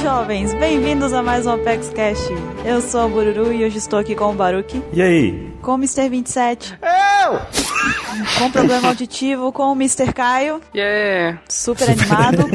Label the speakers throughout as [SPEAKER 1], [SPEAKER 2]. [SPEAKER 1] jovens! Bem-vindos a mais um Apex Cash. Eu sou a Bururu e hoje estou aqui com o Baruki,
[SPEAKER 2] E aí?
[SPEAKER 1] com o Mr. 27. Eu! Com um problema auditivo, com o Mr. Caio,
[SPEAKER 3] Yeah.
[SPEAKER 1] super animado,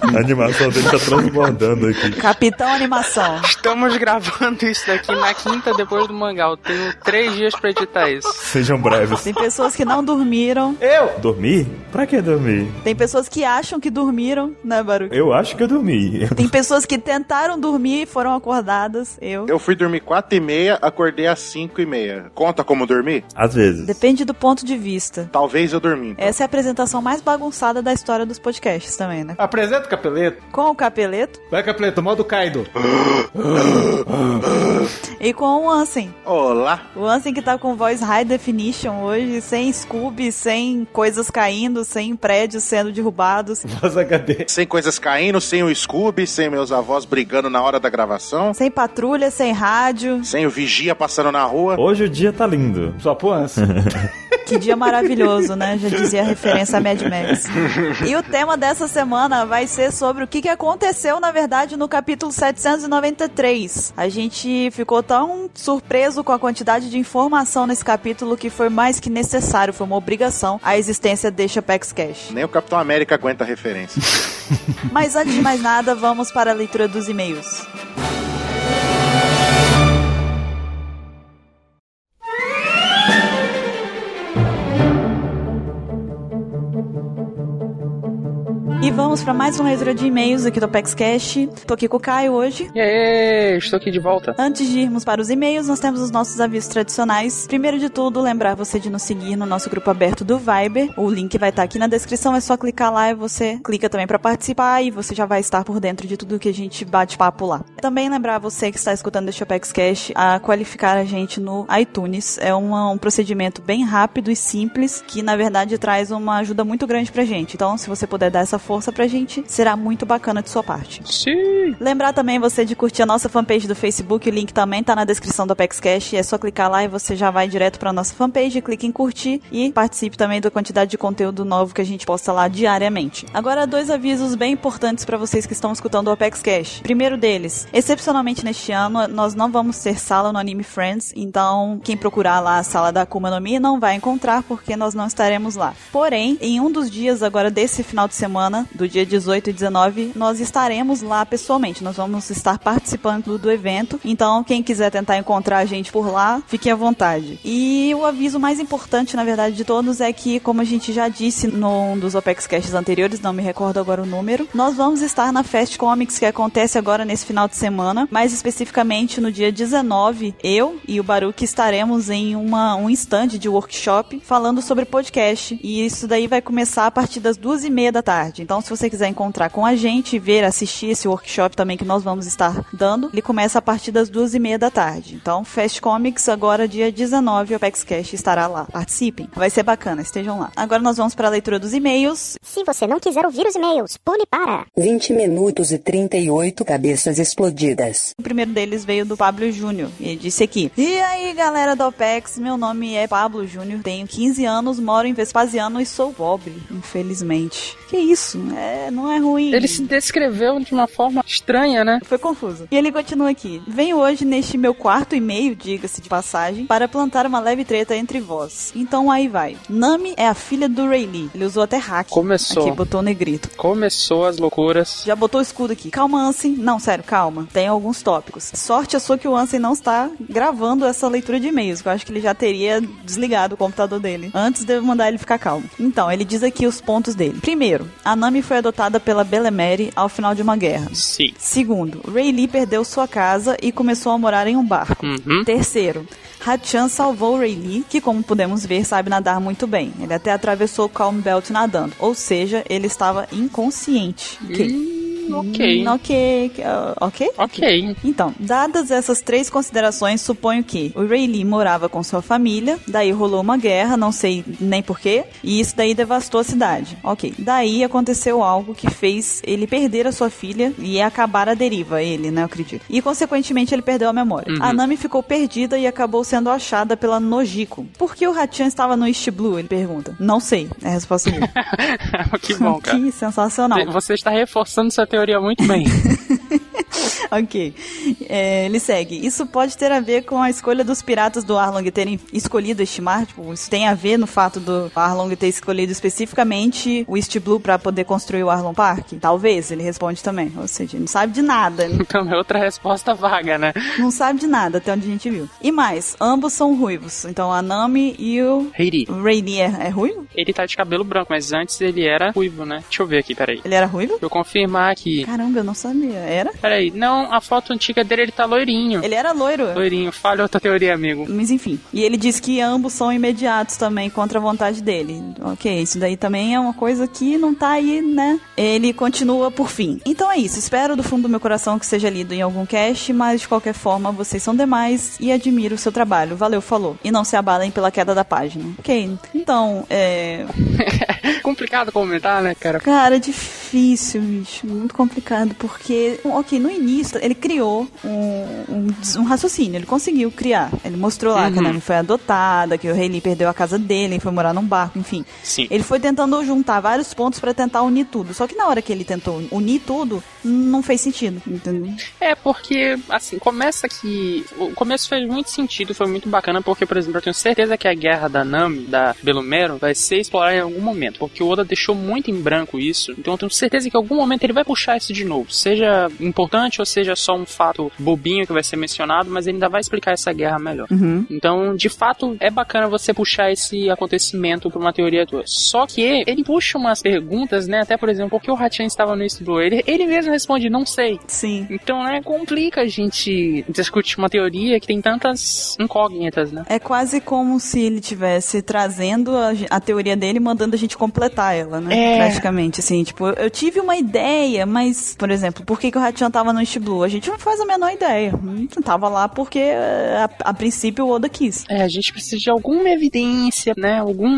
[SPEAKER 2] A animação dele tá transbordando aqui.
[SPEAKER 1] Capitão Animação.
[SPEAKER 3] Estamos gravando isso daqui na quinta depois do mangá. Eu tenho três dias pra editar isso.
[SPEAKER 2] Sejam breves.
[SPEAKER 1] Tem pessoas que não dormiram,
[SPEAKER 2] Dormir? Pra que dormir?
[SPEAKER 1] tem pessoas que acham que dormiram, né, Baruki?
[SPEAKER 2] Eu acho que eu dormi.
[SPEAKER 1] Tem pessoas que tentaram dormir e foram acordadas, eu.
[SPEAKER 4] Eu fui dormir 4 e meia, acordei às 5 e meia. Conta como dormir?
[SPEAKER 2] Às vezes.
[SPEAKER 1] Depende do ponto de vista.
[SPEAKER 4] Talvez eu dormi. então.
[SPEAKER 1] Essa é a apresentação mais bagunçada da história dos podcasts também, né?
[SPEAKER 5] Apresenta o Capeleto.
[SPEAKER 1] Com o Capeleto
[SPEAKER 5] Vai, Capeleto, modo Kaido.
[SPEAKER 1] e com assim, o Ansem.
[SPEAKER 4] Olá.
[SPEAKER 1] O Ansem que tá com voz high definition hoje, sem Scooby, sem coisas caindo, sem prédios sendo derrubados,
[SPEAKER 5] Voz HD.
[SPEAKER 4] Sem coisas caindo, sem o Scooby, sem meus avós brigando na hora da gravação,
[SPEAKER 1] sem patrulha, sem rádio.
[SPEAKER 4] sem o vigia passando na rua.
[SPEAKER 2] Hoje o dia tá lindo.
[SPEAKER 5] Sua puança.
[SPEAKER 1] Que dia maravilhoso, né? Já dizia a referência a Mad Max. E o tema dessa semana vai ser sobre o que, que aconteceu, na verdade, no capítulo 793. A gente ficou tão surpreso com a quantidade de informação nesse capítulo que foi mais que necessário, foi uma obrigação a existência deste Apex Cash.
[SPEAKER 4] Nem o Capitão América aguenta a referência.
[SPEAKER 1] Mas antes de mais nada, vamos para a leitura dos e-mails. E vamos para mais uma leitura de e-mails aqui do Apex Cash. Tô aqui com o Caio hoje.
[SPEAKER 3] Yeah, estou aqui de volta.
[SPEAKER 1] Antes de irmos para os e-mails, nós temos os nossos avisos tradicionais. Primeiro de tudo, lembrar você de nos seguir no nosso grupo aberto do Viber. O link vai estar aqui na descrição, é só clicar lá e você clica também para participar e você já vai estar por dentro de tudo que a gente bate papo lá. Também lembrar você que está escutando este Apex Cash a qualificar a gente no iTunes. É uma- um procedimento bem rápido e simples que, na verdade, traz uma ajuda muito grande pra gente. Então, se você puder dar essa força pra gente, será muito bacana de sua parte.
[SPEAKER 3] Sim.
[SPEAKER 1] Lembrar também você de curtir a nossa fanpage do Facebook, o link também tá na descrição do Apex Cash, é só clicar lá e você já vai direto pra nossa fanpage, clique em curtir e participe também da quantidade de conteúdo novo que a gente posta lá diariamente. Agora dois avisos bem importantes pra vocês que estão escutando o Apex Cash. Primeiro deles, excepcionalmente neste ano, nós não vamos ter sala no Anime Friends, então quem procurar lá a sala da Akuma no Mi não vai encontrar porque nós não estaremos lá. Porém, em um dos dias agora desse final de semana, do dia 18 e 19, nós estaremos lá pessoalmente. Nós vamos estar participando do evento. Então, quem quiser tentar encontrar a gente por lá, fique à vontade. E o aviso mais importante, na verdade, de todos é que, como a gente já disse num dos Opex Casts anteriores, não me recordo agora o número, nós vamos estar na Fast Comics que acontece agora nesse final de semana, mais especificamente no dia 19, eu e o Baruque estaremos em uma, um stand de workshop falando sobre podcast. E isso daí vai começar a partir das duas e meia da tarde. Então, se você quiser encontrar com a gente, ver, assistir esse workshop também que nós vamos estar dando, ele começa a partir das duas e meia da tarde. Então, Fast Comics, agora dia 19, o Apex Cash estará lá. Participem, vai ser bacana, estejam lá. Agora nós vamos para a leitura dos e-mails.
[SPEAKER 6] Se você não quiser ouvir os e-mails, pule para.
[SPEAKER 7] 20 minutos e 38 cabeças explodidas.
[SPEAKER 1] O primeiro deles veio do Pablo Júnior. Ele disse aqui: E aí, galera do OPEX, meu nome é Pablo Júnior, tenho 15 anos, moro em Vespasiano e sou pobre, infelizmente. Que isso? É, não é ruim.
[SPEAKER 3] Ele se descreveu de uma forma estranha, né?
[SPEAKER 1] Foi confuso. E ele continua aqui. Venho hoje neste meu quarto e meio, diga-se de passagem, para plantar uma leve treta entre vós. Então aí vai. Nami é a filha do Rayleigh. Ele usou até hack.
[SPEAKER 3] Começou.
[SPEAKER 1] Aqui botou negrito.
[SPEAKER 3] Começou as loucuras.
[SPEAKER 1] Já botou o escudo aqui. Calma, Ansem. Não, sério, calma. Tem alguns tópicos. Sorte a sua que o Ansem não está gravando essa leitura de e-mails, que eu acho que ele já teria desligado o computador dele. Antes de eu mandar ele ficar calmo. Então, ele diz aqui os pontos dele. Primeiro, a Nami foi adotada pela Belemere ao final de uma guerra.
[SPEAKER 3] Sim.
[SPEAKER 1] Segundo, Ray Lee perdeu sua casa e começou a morar em um barco.
[SPEAKER 3] Uhum.
[SPEAKER 1] Terceiro, Hachan salvou Ray Lee, que como pudemos ver sabe nadar muito bem. Ele até atravessou o Calm Belt nadando, ou seja, ele estava inconsciente. Ok.
[SPEAKER 3] Hum, ok.
[SPEAKER 1] Hum, ok. ah, Ok?
[SPEAKER 3] Ok.
[SPEAKER 1] Então, dadas essas três considerações, suponho que o Ray Lee morava com sua família, daí rolou uma guerra, não sei nem porquê, e isso daí devastou a cidade. Ok. Daí aconteceu algo que fez ele perder a sua filha e acabar a deriva, ele, né, eu acredito. E, consequentemente, ele perdeu a memória.
[SPEAKER 3] Uhum.
[SPEAKER 1] A Nami ficou perdida e acabou sendo achada pela Nojiko. Por que o Hachan estava no East Blue? Ele pergunta. Não sei. É a resposta dele.
[SPEAKER 3] que bom, cara.
[SPEAKER 1] que sensacional.
[SPEAKER 3] Você está reforçando sua teoria muito bem.
[SPEAKER 1] ok. É, ele segue. Isso pode ter a ver com a escolha dos piratas do Arlong terem escolhido este mar. Tipo, isso tem a ver no fato do Arlong ter escolhido especificamente o East Blue pra poder construir o Arlong Park? Talvez, ele responde também. Ou seja, ele não sabe de nada. Ele
[SPEAKER 3] Então é outra resposta vaga, né?
[SPEAKER 1] não sabe de nada até onde a gente viu. E mais, ambos são ruivos. Então a Nami e o
[SPEAKER 3] Heidi.
[SPEAKER 1] Rainier é ruivo?
[SPEAKER 3] Ele tá de cabelo branco, mas antes ele era ruivo, né? Deixa eu ver aqui, peraí. Deixa
[SPEAKER 1] Ele era ruivo?
[SPEAKER 3] eu confirmar aqui.
[SPEAKER 1] Caramba, eu não sabia. Era?
[SPEAKER 3] Peraí, não, a foto antiga dele ele tá loirinho.
[SPEAKER 1] Ele era loiro.
[SPEAKER 3] Loirinho, falha outra teoria, amigo.
[SPEAKER 1] Mas enfim. E ele diz que ambos são imediatos também, contra a vontade dele. Ok, isso daí também é uma coisa que não tá aí, né? Ele continua por fim. Então é isso. Espero do fundo do meu coração que seja lido em algum cast, mas de qualquer forma, vocês são demais e admiro o seu trabalho. Valeu, falou. E não se abalem pela queda da página. Ok. Então, é.
[SPEAKER 3] Complicado comentar, né, cara?
[SPEAKER 1] Cara, é difícil, bicho. Muito complicado, porque, ok, no início ele criou um, um des- um raciocínio, ele conseguiu criar. Ele mostrou lá que a Nami foi adotada, que o Rei Lee perdeu a casa dele, e foi morar num barco, enfim.
[SPEAKER 3] Sim.
[SPEAKER 1] Ele foi tentando juntar vários pontos pra tentar unir tudo. Só que na hora que ele tentou unir tudo, não fez sentido, entendeu?
[SPEAKER 3] É, porque, assim, começa que. O começo fez muito sentido, foi muito bacana, porque, por exemplo, eu tenho certeza que a guerra da Nami, da Belumero, vai ser explorada em algum momento, porque o Oda deixou muito em branco isso, então eu tenho certeza que em algum momento ele vai puxar isso de novo, seja importante ou seja só um fato bobinho que vai ser mencionado, mas ele ainda vai explicar essa guerra melhor. Então, de fato, é bacana você puxar esse acontecimento pra uma teoria tua. Só que ele puxa umas perguntas, né? Até, por exemplo, por que o Hachan estava no East Blue? Ele, ele mesmo responde, não sei.
[SPEAKER 1] Sim.
[SPEAKER 3] Então, né, complica a gente discutir uma teoria que tem tantas incógnitas, né?
[SPEAKER 1] É quase como se ele tivesse trazendo a, ge- a teoria dele e mandando a gente completar ela, né?
[SPEAKER 3] É.
[SPEAKER 1] Praticamente, assim, tipo, eu- eu tive uma ideia, mas, por exemplo, por que, que o Ratchan tava no East Blue? A gente não faz a menor ideia. Hum, Tava lá porque, eh, a, a princípio, o Oda quis.
[SPEAKER 3] É, a gente precisa de alguma evidência, né? Algum,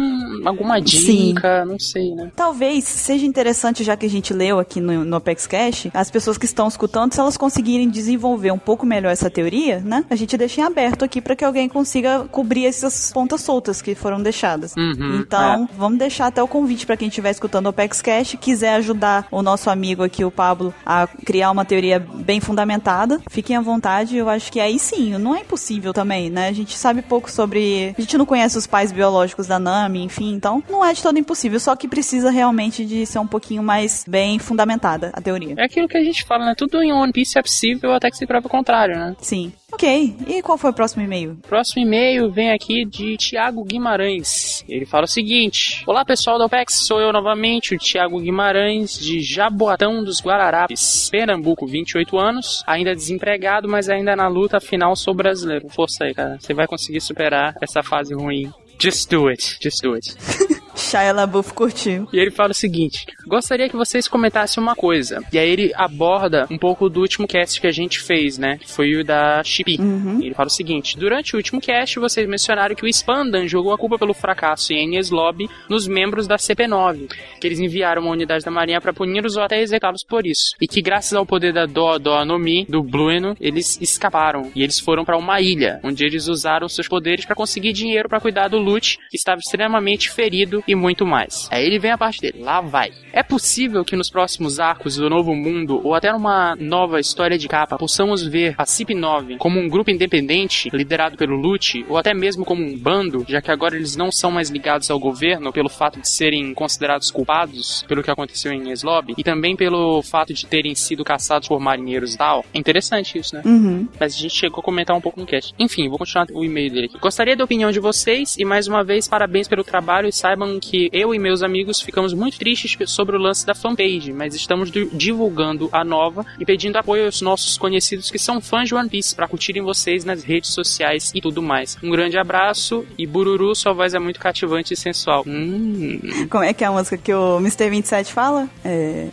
[SPEAKER 3] alguma
[SPEAKER 1] Sim.
[SPEAKER 3] dica, não sei, né?
[SPEAKER 1] Talvez seja interessante, já que a gente leu aqui no, no Apex Cash, as pessoas que estão escutando, se elas conseguirem desenvolver um pouco melhor essa teoria, né? A gente deixa em aberto aqui pra que alguém consiga cobrir essas pontas soltas que foram deixadas.
[SPEAKER 3] Uhum,
[SPEAKER 1] então, vamos deixar até o convite pra quem estiver escutando o Apex Cash, quiser ajudar o nosso amigo aqui, o Pablo, a criar uma teoria bem fundamentada, fiquem à vontade. Eu acho que aí sim, não é impossível também, né? A gente sabe pouco sobre. A gente não conhece os pais biológicos da Nami, enfim, então não é de todo impossível, só que precisa realmente de ser um pouquinho mais bem fundamentada a teoria.
[SPEAKER 3] É aquilo que a gente fala, né? Tudo em One Piece é possível até que se prove o contrário, né?
[SPEAKER 1] Sim. Ok, e qual foi o próximo e-mail?
[SPEAKER 3] Próximo e-mail vem aqui de Tiago Guimarães. Ele fala o seguinte: Olá pessoal da OPEX, sou eu novamente, o Tiago Guimarães, de Jaboatão dos Guararapes, Pernambuco, 28 anos, ainda desempregado, mas ainda na luta final sou brasileiro. Força aí, cara, você vai conseguir superar essa fase ruim. Just do it, just do it.
[SPEAKER 1] Shia LaBeouf curtiu.
[SPEAKER 3] E ele fala o seguinte: Gostaria que vocês comentassem uma coisa. E aí ele aborda um pouco do último cast que a gente fez, né? Que foi o da Chibi. Ele fala o seguinte: Durante o último cast, vocês mencionaram que o Spandan jogou a culpa pelo fracasso em Enies Lobby nos membros da CP9, que eles enviaram uma unidade da Marinha para punir os até executá-los por isso. E que graças ao poder da Dó Dó no Mi, do Blueno, eles escaparam e eles foram para uma ilha, onde eles usaram seus poderes para conseguir dinheiro para cuidar do Lute, que estava extremamente ferido e muito mais. Aí ele vem a parte dele, lá vai. É possível que nos próximos arcos do Novo Mundo ou até numa nova história de capa possamos ver a CIP9 como um grupo independente liderado pelo Lute ou até mesmo como um bando, já que agora eles não são mais ligados ao governo pelo fato de serem considerados culpados pelo que aconteceu em Eslob e também pelo fato de terem sido caçados por marinheiros e tal. É interessante isso, né?
[SPEAKER 1] Uhum.
[SPEAKER 3] Mas a gente chegou a comentar um pouco no cast. Enfim, vou continuar o e-mail dele aqui. Gostaria da opinião de vocês e mais uma vez parabéns pelo trabalho e saibam que eu e meus amigos ficamos muito tristes sobre o lance da fanpage, mas estamos du- divulgando a nova e pedindo apoio aos nossos conhecidos que são fãs de One Piece para curtirem vocês nas redes sociais e tudo mais. Um grande abraço e Bururu, sua voz é muito cativante e sensual. Hum.
[SPEAKER 1] Como é que é a música que o Mr. 27 fala? É.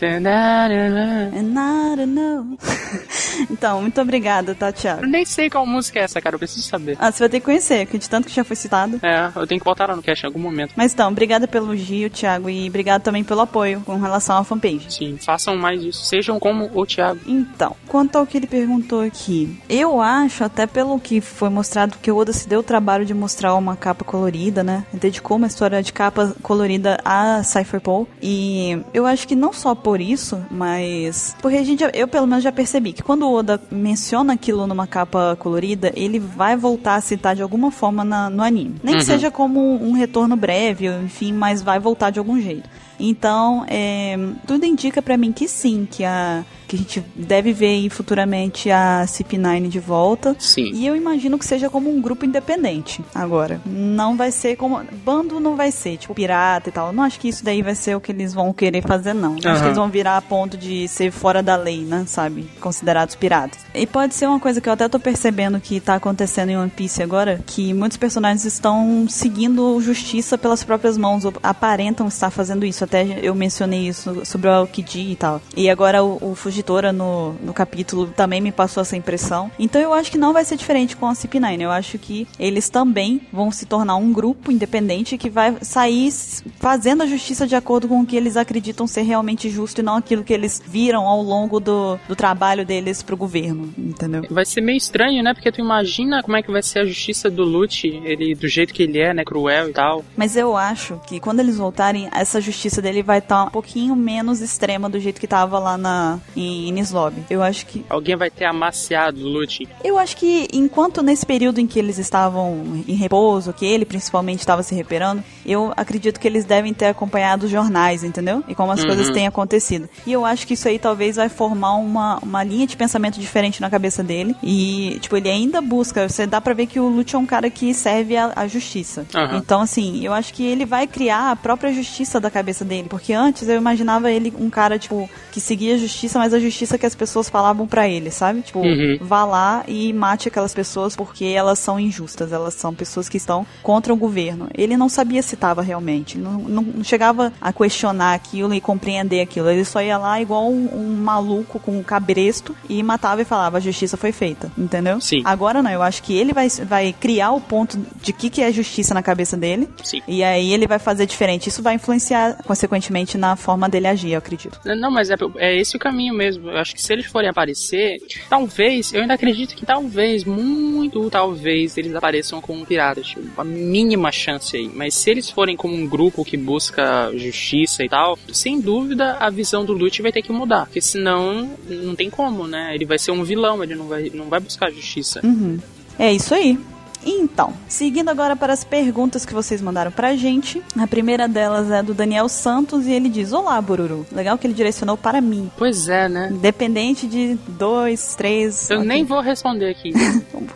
[SPEAKER 3] Tanarana.
[SPEAKER 1] And I don't know. então, muito obrigada, tá, Thiago?
[SPEAKER 3] Eu nem sei qual música é essa, cara. Eu preciso saber.
[SPEAKER 1] Ah, você vai ter que conhecer, que de tanto que já foi citado.
[SPEAKER 3] É, eu tenho que botar ela no cast em algum momento.
[SPEAKER 1] Mas então, obrigada pelo Gio, Thiago, e obrigado também pelo apoio com relação à fanpage.
[SPEAKER 3] Sim, façam mais isso. Sejam como o Thiago.
[SPEAKER 1] Então, quanto ao que ele perguntou aqui, eu acho, até pelo que foi mostrado, que o Oda se deu o trabalho de mostrar uma capa colorida, né? Dedicou uma história de capa colorida a Cypherpole. E eu acho que não só por isso, mas. Porque a gente, já- eu pelo menos já percebi que quando o Oda menciona aquilo numa capa colorida, ele vai voltar a citar de alguma forma na- no anime. Nem que
[SPEAKER 3] Uhum.
[SPEAKER 1] seja como um retorno breve, enfim, mas vai voltar de algum jeito. Então, é, tudo indica pra mim que sim, que a que a gente deve ver aí futuramente a CP9 de volta.
[SPEAKER 3] Sim.
[SPEAKER 1] E eu imagino que seja como um grupo independente agora. Não vai ser como. Bando não vai ser, tipo, pirata e tal. Eu não acho que isso daí vai ser o que eles vão querer fazer, não. Acho
[SPEAKER 3] Aham.
[SPEAKER 1] que eles vão virar a ponto de ser fora da lei, né? Sabe? Considerados piratas. E pode ser uma coisa que eu até tô percebendo que tá acontecendo em One Piece agora, que muitos personagens estão seguindo justiça pelas próprias mãos, ou aparentam estar fazendo isso. Até eu mencionei isso sobre o Aokiji e tal. E agora o, o Fugitora no, no capítulo também me passou essa impressão. Então eu acho que não vai ser diferente com a CP9. Eu acho que eles também vão se tornar um grupo independente que vai sair s- fazendo a justiça de acordo com o que eles acreditam ser realmente justo e não aquilo que eles viram ao longo do, do trabalho deles pro governo. Entendeu?
[SPEAKER 3] Vai ser meio estranho, né? Porque tu imagina como é que vai ser a justiça do Lute, ele do jeito que ele é, né? Cruel e tal.
[SPEAKER 1] Mas eu acho que quando eles voltarem, essa justiça dele vai estar um pouquinho menos extrema do jeito que tava lá na, em Ines Lobby. Eu acho que.
[SPEAKER 3] Alguém vai ter amaciado o Lute.
[SPEAKER 1] Eu acho que enquanto nesse período em que eles estavam em repouso, que ele principalmente estava se recuperando, eu acredito que eles devem ter acompanhado os jornais, entendeu? E como as
[SPEAKER 3] Uhum.
[SPEAKER 1] coisas têm acontecido. E eu acho que isso aí talvez vai formar uma, uma linha de pensamento diferente na cabeça dele. E, tipo, ele ainda busca. Você dá pra ver que o Lute é um cara que serve a, a justiça.
[SPEAKER 3] Aham.
[SPEAKER 1] Então, assim, eu acho que ele vai criar a própria justiça da cabeça dele. Porque antes eu imaginava ele um cara, tipo, que seguia a justiça, mas a justiça que as pessoas falavam pra ele, sabe? Tipo,
[SPEAKER 3] Uhum.
[SPEAKER 1] vá lá e mate aquelas pessoas porque elas são injustas, elas são pessoas que estão contra o governo. Ele não sabia se estava realmente, não, não- não chegava a questionar aquilo e compreender aquilo. Ele só ia lá igual um, um maluco com um cabresto e matava e falava: a justiça foi feita, entendeu?
[SPEAKER 3] Sim.
[SPEAKER 1] Agora não, eu acho que ele vai, vai criar o ponto de que, que é justiça na cabeça dele.
[SPEAKER 3] Sim.
[SPEAKER 1] E aí ele vai fazer diferente. Isso vai influenciar, consequentemente, na forma dele agir, eu acredito.
[SPEAKER 3] Não, mas é, é esse o caminho mesmo. Eu acho que se eles forem aparecer, talvez, eu ainda acredito que talvez, muito talvez, eles apareçam como piratas. Tipo, Uma mínima chance aí. Mas se eles forem como um grupo que busca justiça e tal, sem dúvida a visão do Lute vai ter que mudar. Porque senão, não tem como, né? Ele vai ser um vilão, ele não vai, não vai buscar justiça.
[SPEAKER 1] Uhum. É isso aí. Então, seguindo agora para as perguntas que vocês mandaram pra gente. A primeira delas é do Daniel Santos e ele diz: Olá, Bururu. Legal que ele direcionou para mim.
[SPEAKER 3] Pois é, né?
[SPEAKER 1] Independente de dois, três.
[SPEAKER 3] Eu
[SPEAKER 1] ok.
[SPEAKER 3] nem vou responder aqui.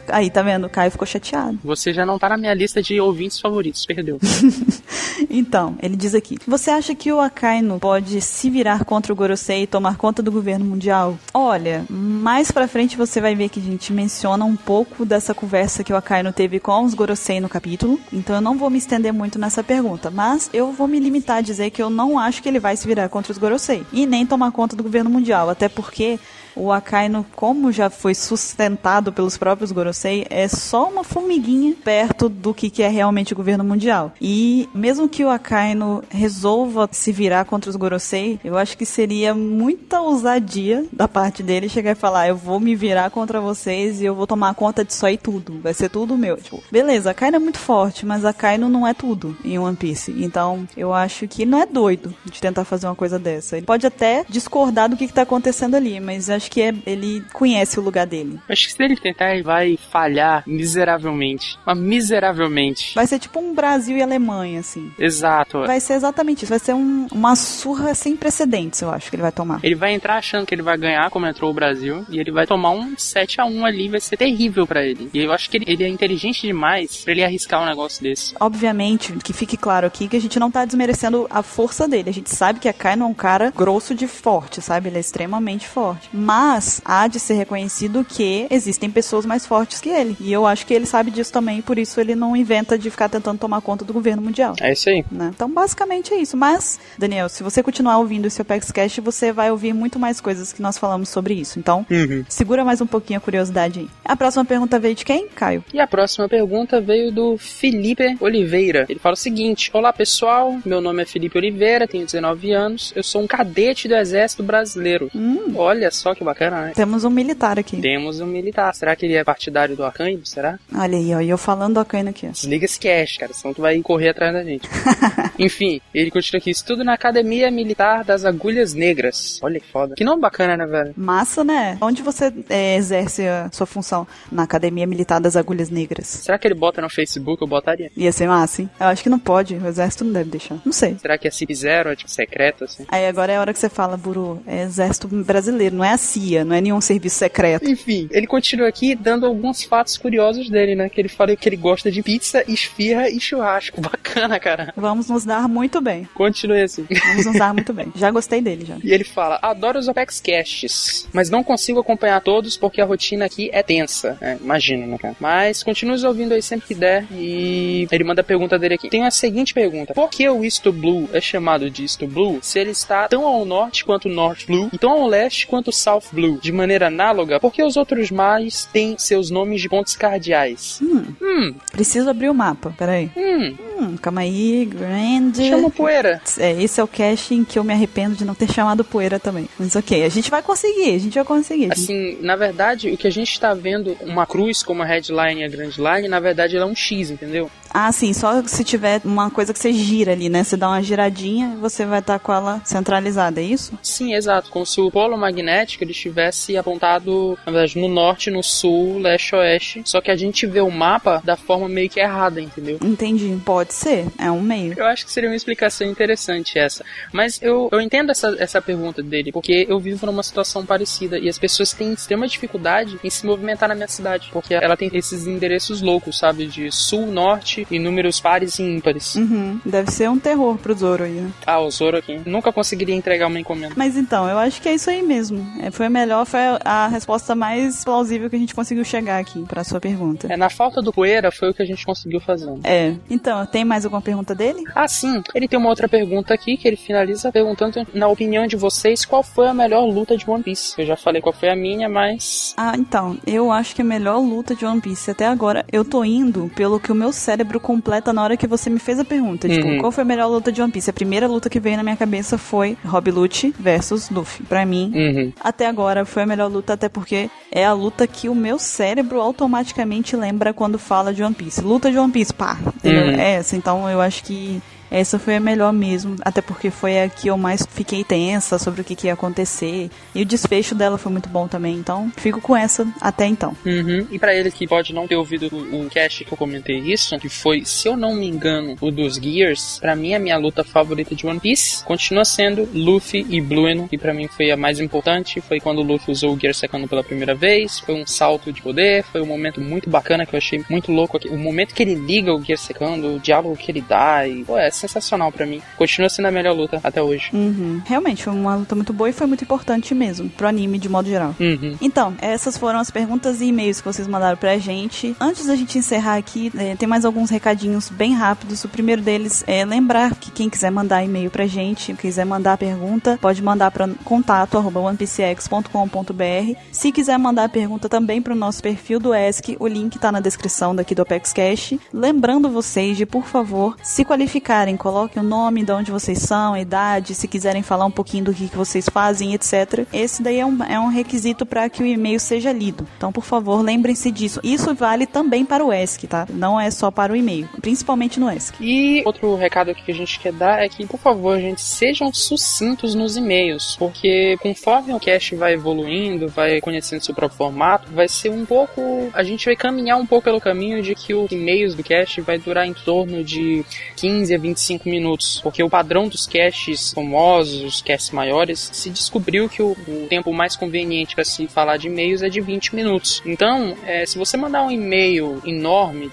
[SPEAKER 1] Aí, tá vendo? O Caio ficou chateado.
[SPEAKER 3] Você já não tá na minha lista de ouvintes favoritos, perdeu.
[SPEAKER 1] Então, ele diz aqui: Você acha que o Akainu pode se virar contra o Gorosei e tomar conta do governo mundial? Olha, mais pra frente você vai ver que a gente menciona um pouco dessa conversa que o Akainu teve com os Gorosei no capítulo. Então eu não vou me estender muito nessa pergunta, mas eu vou me limitar a dizer que eu não acho que ele vai se virar contra os Gorosei e nem tomar conta do governo mundial, até porque o Akainu, como já foi sustentado pelos próprios Gorosei, é só uma formiguinha perto do que, que é realmente o governo mundial. E mesmo que o Akainu resolva se virar contra os Gorosei, eu acho que seria muita ousadia da parte dele chegar e falar: eu vou me virar contra vocês e eu vou tomar conta disso aí tudo. Vai ser tudo meu. Tipo, beleza, Akainu é muito forte, mas Akainu não é tudo em One Piece. Então eu acho que ele não é doido de tentar fazer uma coisa dessa. Ele pode até discordar do que, que tá acontecendo ali, mas acho que é- ele conhece o lugar dele.
[SPEAKER 3] Acho que se ele tentar, ele vai falhar miseravelmente. Mas miseravelmente.
[SPEAKER 1] Vai ser tipo um Brasil e Alemanha, assim.
[SPEAKER 3] Exato.
[SPEAKER 1] Vai ser exatamente isso. Vai ser um- uma surra sem precedentes, eu acho, que ele vai tomar.
[SPEAKER 3] Ele vai entrar achando que ele vai ganhar, como entrou o Brasil, e ele vai tomar um 7 a 1 ali, vai ser terrível pra ele. E eu acho que ele, ele é inteligente demais pra ele arriscar um negócio desse.
[SPEAKER 1] Obviamente, que fique claro aqui que a gente não tá desmerecendo a força dele. A gente sabe que a Kaino é um cara grosso de forte, sabe? Ele é extremamente forte. Mas há de ser reconhecido que existem pessoas mais fortes que ele. E eu acho que ele sabe disso também, por isso ele não inventa de ficar tentando tomar conta do governo mundial.
[SPEAKER 3] É isso aí.
[SPEAKER 1] né? Então, basicamente é isso. Mas, Daniel, se você continuar ouvindo esse Apex Cash, você vai ouvir muito mais coisas que nós falamos sobre isso. Então, segura mais um pouquinho a curiosidade aí. A próxima pergunta veio de quem, Caio?
[SPEAKER 3] E a próxima pergunta veio do Felipe Oliveira. Ele fala o seguinte: Olá pessoal, meu nome é Felipe Oliveira, tenho 19 anos, eu sou um cadete do Exército Brasileiro.
[SPEAKER 1] Hum.
[SPEAKER 3] Olha só que bacana, né?
[SPEAKER 1] Temos um militar aqui.
[SPEAKER 3] Temos um militar. Será que ele é partidário do Arcanjo? Será?
[SPEAKER 1] Olha aí, ó. E eu falando a cana aqui, ó.
[SPEAKER 3] Desliga esse cash, cara, senão tu vai correr atrás da gente. Enfim, ele continua aqui: Estudo na Academia Militar das Agulhas Negras. Olha que foda. Que nome bacana, né, velho?
[SPEAKER 1] Massa, né? Onde você é, exerce a sua função? Na Academia Militar das Agulhas Negras.
[SPEAKER 3] Será que ele bota no Facebook? Eu botaria.
[SPEAKER 1] Ia ser massa, hein? Eu acho que não pode. O exército não deve deixar. Não sei.
[SPEAKER 3] Será que é CIP 0, é tipo secreto, assim?
[SPEAKER 1] Aí agora é a hora que você fala, Buru, é exército brasileiro, não é a CIA, não é nenhum serviço secreto.
[SPEAKER 3] Enfim, ele continua aqui dando alguns fatos curiosos dele, né? Que ele fala que ele gosta de pizza, esfirra e churrasco. Bacana, cara.
[SPEAKER 1] Vamos nos dar muito bem.
[SPEAKER 3] Continue assim.
[SPEAKER 1] Vamos nos dar muito bem. Já gostei dele, já.
[SPEAKER 3] E ele fala: adoro os Apex Casts, mas não consigo acompanhar todos porque a rotina aqui é tensa. É, imagino, né, cara? Mas continue nos ouvindo aí sempre que der. E ele manda a pergunta dele aqui. Tem a seguinte pergunta: Por que o East Blue é chamado de East Blue se ele está tão ao norte quanto o North Blue e tão ao leste quanto o South Blue? De maneira análoga, por que os outros mares têm seus nomes de pontos cardeais? Hum. Hum.
[SPEAKER 1] Preciso abrir o mapa, peraí.
[SPEAKER 3] Hum.
[SPEAKER 1] Hum, calma aí, Grand.
[SPEAKER 3] Chama poeira.
[SPEAKER 1] É, esse é o cast em que eu me arrependo de não ter chamado poeira também. Mas ok, a gente vai conseguir, a gente vai conseguir.
[SPEAKER 3] Assim, na verdade, o que a gente tá vendo, uma cruz como a headline e a grand line, na verdade ela é um X, entendeu?
[SPEAKER 1] Ah, sim, só se tiver uma coisa que você gira ali, né? Você dá uma giradinha, você vai estar com ela centralizada, é isso?
[SPEAKER 3] Sim, exato. Como se o polo magnético ele estivesse apontado, na verdade, no norte, no sul, leste, oeste. Só que a gente vê o mapa da forma meio que errada, entendeu?
[SPEAKER 1] Entendi. Pode ser, é um meio.
[SPEAKER 3] Eu acho que seria uma explicação interessante essa. Mas eu, eu entendo essa, essa pergunta dele, porque eu vivo numa situação parecida e as pessoas têm extrema dificuldade em se movimentar na minha cidade, porque ela tem esses endereços loucos, sabe? De sul, norte e números pares e ímpares.
[SPEAKER 1] Uhum. Deve ser um terror pro Zoro aí, né?
[SPEAKER 3] Ah, o Zoro aqui. Nunca conseguiria entregar uma encomenda.
[SPEAKER 1] Mas então, eu acho que é isso aí mesmo. É, foi a melhor, foi a- a resposta mais plausível que a gente conseguiu chegar aqui pra sua pergunta.
[SPEAKER 3] É, na falta do poeira foi o que a gente conseguiu fazer.
[SPEAKER 1] É. Então, tem mais alguma pergunta dele?
[SPEAKER 3] Ah, sim. Ele tem uma outra pergunta aqui que ele finaliza perguntando, na opinião de vocês, qual foi a melhor luta de One Piece. Eu já falei qual foi a minha, mas.
[SPEAKER 1] Ah, então, eu acho que a melhor luta de One Piece até agora, eu tô indo pelo que o meu cérebro completa na hora que você me fez a pergunta.
[SPEAKER 3] Uhum.
[SPEAKER 1] Tipo, qual foi a melhor luta de One Piece? A primeira luta que veio na minha cabeça foi Rob Lucci versus Luffy. Pra mim,
[SPEAKER 3] Uhum.
[SPEAKER 1] até agora foi a melhor luta, até porque é a luta que o meu cérebro automaticamente lembra quando fala de One Piece. Luta de One Piece, pá. entendeu?
[SPEAKER 3] Uhum.
[SPEAKER 1] É essa, então eu acho que essa foi a melhor mesmo, até porque foi a que eu mais fiquei tensa sobre o que, que ia acontecer. E o desfecho dela foi muito bom também, então fico com essa até então.
[SPEAKER 3] Uhum. E pra ele que pode não ter ouvido o, o cast que eu comentei isso, que foi, se eu não me engano, o dos Gears, pra mim a minha luta favorita de One Piece continua sendo Luffy e Blueno, que pra mim foi a mais importante, foi quando o Luffy usou o Gear Second pela primeira vez, foi um salto de poder, foi um momento muito bacana que eu achei muito louco, aqui. o momento que ele liga o Gear Second, o diálogo que ele dá, e, pô, é sensacional pra mim. Continua sendo a melhor luta até hoje.
[SPEAKER 1] Uhum. Realmente, foi uma luta muito boa e foi muito importante mesmo, pro anime de modo geral.
[SPEAKER 3] Uhum.
[SPEAKER 1] Então, essas foram as perguntas e e-mails que vocês mandaram pra gente. Antes da gente encerrar aqui, eh, tem mais alguns recadinhos bem rápidos. O primeiro deles é lembrar que quem quiser mandar e-mail pra gente, quiser mandar pergunta, pode mandar para contato arroba onepcx.com.br. Se quiser mandar pergunta também pro nosso perfil do ESC, o link tá na descrição daqui do Apex Cash. Lembrando vocês de, por favor, se qualificarem, coloquem o nome de onde vocês são, a idade, se quiserem falar um pouquinho do que, que vocês fazem, etc. Esse daí é um, é um requisito para que o e-mail seja lido. Então, por favor, lembrem-se disso. Isso vale também para o ESC, tá? Não é só para o e-mail, principalmente no ESC.
[SPEAKER 3] E outro recado aqui que a gente quer dar é que, por favor, gente, sejam sucintos nos e-mails, porque conforme o cast vai evoluindo, vai conhecendo seu próprio formato, vai ser um pouco. A gente vai caminhar um pouco pelo caminho de que os e-mails do cast vai durar em torno de 15 a 25 minutos, porque o padrão dos casts famosos, os casts maiores, se descobriu que o, o tempo mais conveniente para se falar de e-mails é de 20 minutos. Então, é, se você mandar um e-mail enorme,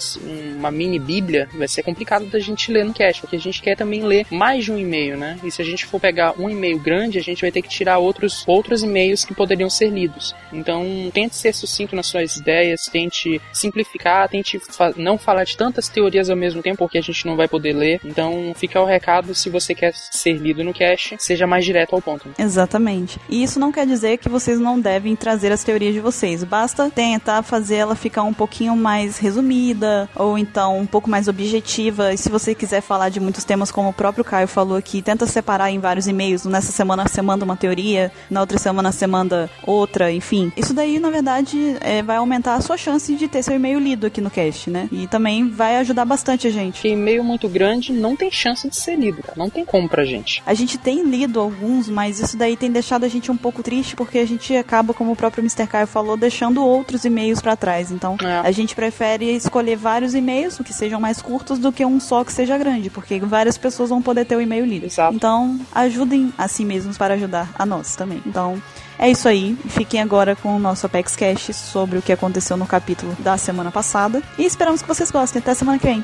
[SPEAKER 3] uma mini bíblia, vai ser complicado da gente ler no cast, porque a gente quer também ler mais de um e-mail, né? E se a gente for pegar um e-mail grande, a gente vai ter que tirar outros, outros e-mails que poderiam ser lidos. Então, tente ser sucinto nas suas ideias, tente simplificar, tente fa- não falar de tantas teorias ao mesmo tempo, porque a gente não vai poder ler. Então, Então fica o recado, se você quer ser lido no cast, seja mais direto ao ponto.
[SPEAKER 1] Exatamente. E isso não quer dizer que vocês não devem trazer as teorias de vocês. Basta tentar fazer ela ficar um pouquinho mais resumida ou então um pouco mais objetiva. E se você quiser falar de muitos temas, como o próprio Caio falou aqui, tenta separar em vários e-mails. Nessa semana você manda uma teoria, na outra semana você manda outra, enfim. Isso daí, na verdade, é, vai aumentar a sua chance de ter seu e-mail lido aqui no cast, né? E também vai ajudar bastante a gente.
[SPEAKER 3] Que e-mail muito grande não tem chance de ser lido, cara. Não tem como pra gente.
[SPEAKER 1] A gente tem lido alguns, mas isso daí tem deixado a gente um pouco triste, porque a gente acaba, como o próprio Mr. Caio falou, deixando outros e-mails pra trás. Então,
[SPEAKER 3] É.
[SPEAKER 1] a gente prefere escolher vários e-mails que sejam mais curtos do que um só que seja grande, porque várias pessoas vão poder ter o e-mail lido.
[SPEAKER 3] Exato.
[SPEAKER 1] Então, ajudem a si mesmos para ajudar a nós também. Então, é isso aí. Fiquem agora com o nosso Apex Cash sobre o que aconteceu no capítulo da semana passada. E esperamos que vocês gostem. Até semana que vem.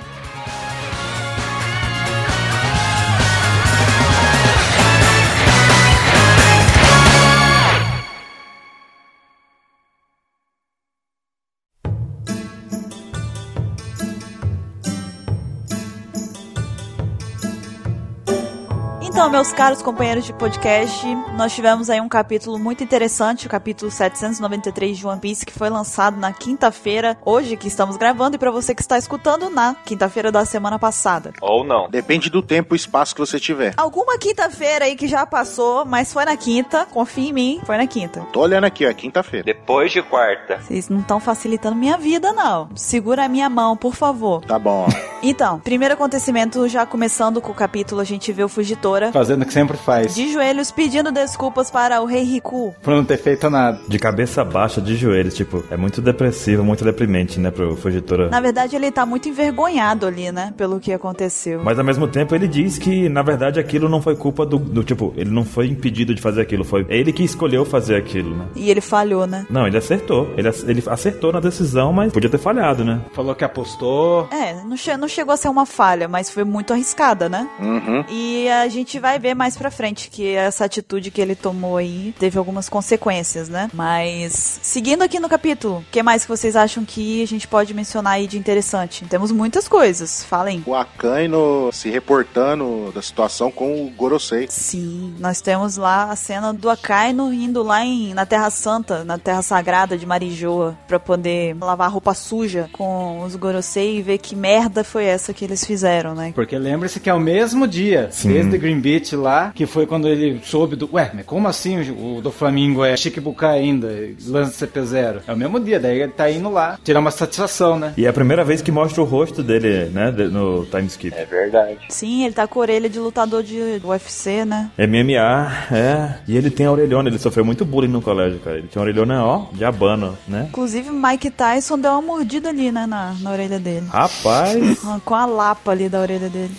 [SPEAKER 1] Então, meus caros companheiros de podcast, nós tivemos aí um capítulo muito interessante, o capítulo 793 de One Piece, que foi lançado na quinta-feira, hoje que estamos gravando, e pra você que está escutando, na quinta-feira da semana passada.
[SPEAKER 8] Ou não.
[SPEAKER 4] Depende do tempo e espaço que você tiver.
[SPEAKER 1] Alguma quinta-feira aí que já passou, mas foi na quinta, confia em mim, foi na quinta.
[SPEAKER 4] Tô olhando aqui, ó, é quinta-feira.
[SPEAKER 8] Depois de quarta.
[SPEAKER 1] Vocês não estão facilitando minha vida, não. Segura a minha mão, por favor.
[SPEAKER 4] Tá bom.
[SPEAKER 1] Então, primeiro acontecimento, já começando com o capítulo, a gente vê o Fugitora
[SPEAKER 5] Fazendo o que sempre faz.
[SPEAKER 1] de joelhos pedindo desculpas para o Rei Riku,
[SPEAKER 5] Pra não ter feito nada.
[SPEAKER 2] De cabeça baixa, de joelhos, tipo, é muito depressivo, muito deprimente, né, pro Fugitora.
[SPEAKER 1] Na verdade, ele tá muito envergonhado ali, né? Pelo que aconteceu.
[SPEAKER 2] Mas ao mesmo tempo ele diz que, na verdade, aquilo não foi culpa do, do. Tipo, ele não foi impedido de fazer aquilo, foi ele que escolheu fazer aquilo, né?
[SPEAKER 1] E ele falhou, né?
[SPEAKER 2] Não, ele acertou. Ele, ac- ele acertou na decisão, mas podia ter falhado, né?
[SPEAKER 5] Falou que apostou.
[SPEAKER 1] É, não, che- não chegou a ser uma falha, mas foi muito arriscada, né?
[SPEAKER 4] Uhum.
[SPEAKER 1] E a gente vai ver mais pra frente que essa atitude que ele tomou aí teve algumas consequências, né? Mas, seguindo aqui no capítulo, o que mais que vocês acham que a gente pode mencionar aí de interessante? Temos muitas coisas, falem.
[SPEAKER 4] O Akaino se reportando da situação com o Gorosei.
[SPEAKER 1] Sim, nós temos lá a cena do Akainu indo lá em, na Terra Santa, na Terra Sagrada de Marijoa, pra poder lavar roupa suja com os Gorosei e ver que merda foi essa que eles fizeram, né?
[SPEAKER 5] Porque lembre-se que é o mesmo dia,
[SPEAKER 2] Sim.
[SPEAKER 5] desde Green Beach lá, que foi quando ele soube do. Ué, mas como assim o do Flamengo é Chiquibucá ainda? Lança CP0. É o mesmo dia, daí ele tá indo lá, tirar uma satisfação, né?
[SPEAKER 2] E é a primeira vez que mostra o rosto dele, né, de- no time skip.
[SPEAKER 8] É verdade.
[SPEAKER 1] Sim, ele tá com a orelha de lutador de UFC, né?
[SPEAKER 2] MMA, é. E ele tem a orelhona, ele sofreu muito bullying no colégio, cara. Ele tinha a orelhona, ó, de abano, né?
[SPEAKER 1] Inclusive, Mike Tyson deu uma mordida ali, né, na, na orelha dele.
[SPEAKER 2] Rapaz.
[SPEAKER 1] Arrancou a lapa ali da orelha dele.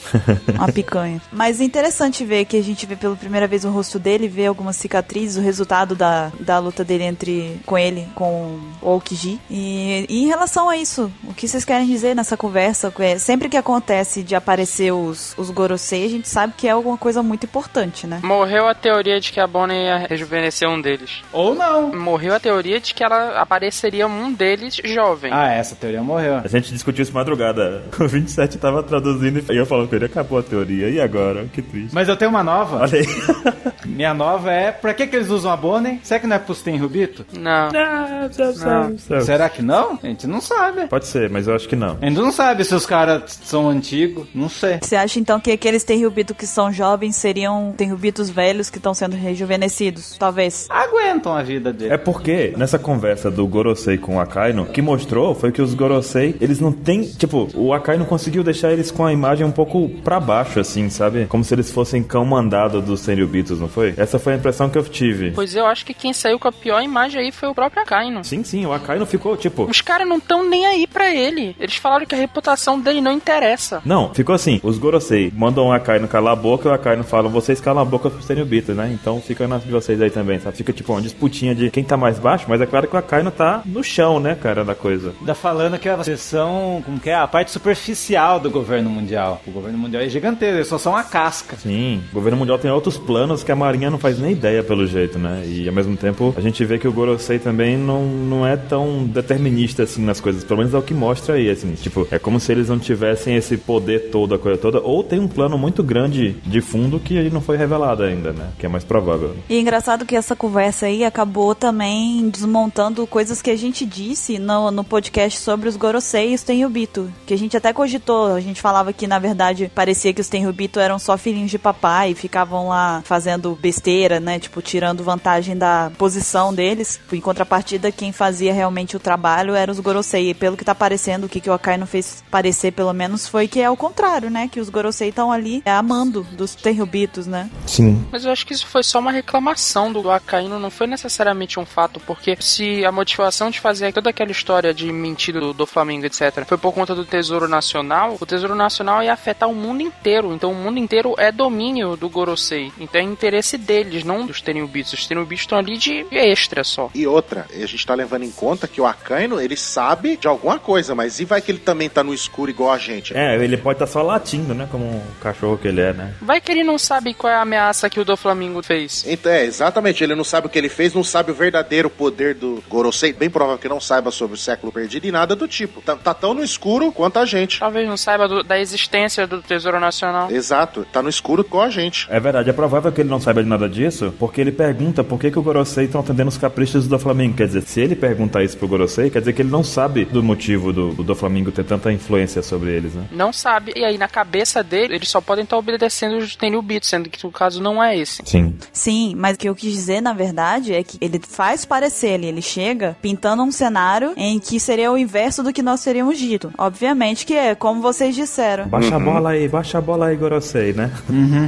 [SPEAKER 1] Uma picanha. Mas é interessante ver que a gente vê pela primeira vez o rosto dele, vê algumas cicatrizes, o resultado da, da luta dele entre com ele, com o Okiji. E, e em relação a isso, o que vocês querem dizer nessa conversa? É, sempre que acontece de aparecer os, os Gorosei, a gente sabe que é alguma coisa muito importante, né?
[SPEAKER 3] Morreu a teoria de que a Bonnie ia rejuvenescer um deles.
[SPEAKER 5] Ou não.
[SPEAKER 3] Morreu a teoria de que ela apareceria um deles jovem.
[SPEAKER 5] Ah, essa teoria morreu.
[SPEAKER 2] A gente discutiu isso madrugada. O 27 tava traduzindo e eu falando com ele, acabou a teoria. E agora? Que triste.
[SPEAKER 5] Mas eu tenho uma nova.
[SPEAKER 2] Olha aí.
[SPEAKER 5] Minha nova é. Pra que, que eles usam a Bonnie? Será que não é pro Sten Rubito?
[SPEAKER 3] Não.
[SPEAKER 2] É.
[SPEAKER 5] Será que não? A gente não sabe.
[SPEAKER 2] Pode ser, mas eu acho que não.
[SPEAKER 5] A gente não sabe se os caras são antigos. Não sei.
[SPEAKER 1] Você acha então que aqueles terribitos que são jovens seriam terribitos velhos que estão sendo rejuvenescidos? Talvez.
[SPEAKER 5] Aguentam a vida
[SPEAKER 2] É
[SPEAKER 5] dele.
[SPEAKER 2] porque nessa conversa do Gorosei com o Akainu, o que mostrou foi que os Gorosei, eles não têm, tipo, o Akainu conseguiu deixar eles com a imagem um pouco pra baixo assim, sabe? Como se eles fossem cão mandado dos Senryubitos, não foi? Essa foi a impressão que eu tive.
[SPEAKER 3] Pois eu acho que quem saiu com a pior imagem aí foi o próprio Akainu.
[SPEAKER 2] Sim, sim, o Akainu ficou tipo
[SPEAKER 3] Os caras não estão nem aí pra ele. Eles falaram que a reputação dele não interessa.
[SPEAKER 2] Não, ficou assim. Os Gorosei mandam o Akainu calar a boca e o Akainu fala, vocês calam a boca pro Senryubitos, né? Então fica nas de vocês aí também, sabe? Fica tipo uma disputinha de quem tá mais baixo, mas é claro que o Akainu tá no chão, né, cara, da coisa.
[SPEAKER 5] Ainda Tá falando que vocês são, como que é, a parte superficial do governo mundial. O governo mundial é gigantesco, eles só são a casca.
[SPEAKER 2] Sim, assim. O governo mundial tem outros planos que a Marinha não faz nem ideia pelo jeito, né? E ao mesmo tempo a gente vê que o Gorosei também não, não é tão determinista assim nas coisas. Pelo menos é o que mostra aí, assim. Tipo, é como se eles não tivessem esse poder todo, a coisa toda. Ou tem um plano muito grande de fundo que ele não foi revelado ainda, né? Que é mais provável. né?
[SPEAKER 1] E engraçado que essa conversa aí acabou também desmontando coisas que a gente disse no, no podcast sobre os Goroseis Tenryubito, que a gente até cogitou, a gente falava que na verdade parecia que os Tenryubito eram só filhinhos de papai e ficavam lá fazendo besteira, né, tipo tirando vantagem da posição deles. Em contrapartida, quem fazia realmente o trabalho eram os Gorosei, e pelo que tá parecendo, o que que o Akainu fez parecer pelo menos foi que é o contrário, né, que os Gorosei estão ali é, amando dos Tenryubitos, né?
[SPEAKER 2] Sim.
[SPEAKER 3] Mas eu acho que isso foi só uma reclamação do Acaíno, não foi necessariamente um fato, porque se a motivação de fazer toda aquela história de mentira do, do Flamengo, etc., foi por conta do Tesouro Nacional, o Tesouro Nacional ia afetar o mundo inteiro. Então o mundo inteiro é domínio do Gorosei. Então é interesse deles, não dos Tenyubits. Os Tenyubits estão ali de extra só.
[SPEAKER 4] E outra, a gente tá levando em conta que o Acaino, ele sabe de alguma coisa, mas e vai que ele também tá no escuro igual a gente?
[SPEAKER 2] É, ele pode estar só latindo, né? Como um cachorro que ele é, né?
[SPEAKER 3] Vai que ele não sabe qual é a ameaça que o do Flamengo fez.
[SPEAKER 4] Então, é, exatamente. Ele não sabe o que ele fez, não sabe o verdadeiro poder do Gorosei. Bem provável que não saiba sobre o século perdido e nada do tipo. Tá, tá tão no escuro quanto a gente.
[SPEAKER 3] Talvez não saiba do- da existência do Tesouro Nacional.
[SPEAKER 4] Exato, tá no escuro com a gente.
[SPEAKER 2] É verdade, é provável que ele não saiba de nada disso, porque ele pergunta por que, que o Gorosei estão atendendo os caprichos do Flamengo. Quer dizer, se ele perguntar isso pro Gorosei, quer dizer que ele não sabe do motivo do, do Flamengo ter tanta influência sobre eles, né?
[SPEAKER 3] Não sabe. E aí, na cabeça dele, eles só podem estar obedecendo os Tenyubits, sendo que o caso não é esse.
[SPEAKER 2] Sim.
[SPEAKER 1] Sim, mas o que eu quis dizer, na verdade, é que ele faz parecer, ele, ele chega pintando um cenário em que seria o inverso do que nós teríamos dito. Obviamente que é, como vocês disseram.
[SPEAKER 2] Baixa a bola aí, baixa a bola aí, Gorosei, né?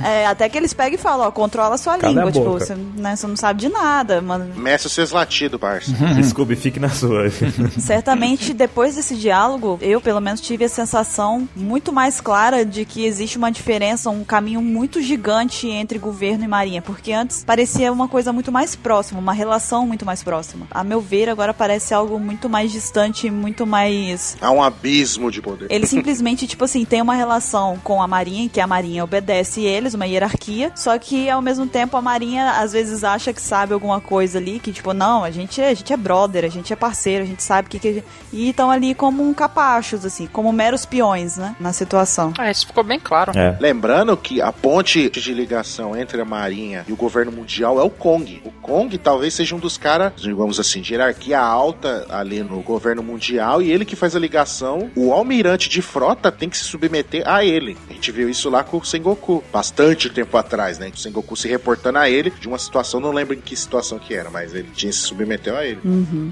[SPEAKER 1] É, até que eles pegam e falam, ó, controla a sua
[SPEAKER 2] Cala a
[SPEAKER 1] língua. tipo,
[SPEAKER 2] boca.
[SPEAKER 1] você, né, você não sabe de nada, mano.
[SPEAKER 4] Mestre os seus latidos, parça.
[SPEAKER 2] Uhum. Scooby, fique na sua.
[SPEAKER 1] Certamente, depois desse diálogo, eu pelo menos tive a sensação muito mais clara de que existe uma diferença, um caminho muito gigante entre governo e marinha, porque antes parecia uma coisa muito mais próxima, uma relação muito mais próxima. A meu ver, agora parece algo muito mais distante, muito mais
[SPEAKER 4] Há um abismo de poder.
[SPEAKER 1] ele simplesmente, tipo assim, tem uma relação com a Marinha, em que a Marinha obedece eles, uma hierarquia. Só que, ao mesmo tempo, a Marinha às vezes acha que sabe alguma coisa ali, que, tipo, não, a gente é, a gente é brother, a gente é parceiro, a gente sabe o que. que a gente... E estão ali como um capachos, assim, como meros peões, né? Na situação.
[SPEAKER 3] Ah, isso ficou bem claro.
[SPEAKER 2] é.
[SPEAKER 4] Lembrando que a ponte de ligação entre a Marinha e o governo mundial é o Kong. O Kong talvez seja um dos caras, digamos assim, de hierarquia alta ali no governo mundial e ele que faz a ligação. O almirante de frota tem que se submeter a ele. A gente viu isso lá com o Sengoku, bastante tempo atrás, né? O Sengoku se reportando a ele de uma situação, não lembro em que situação que era, mas ele tinha se submeteu a ele.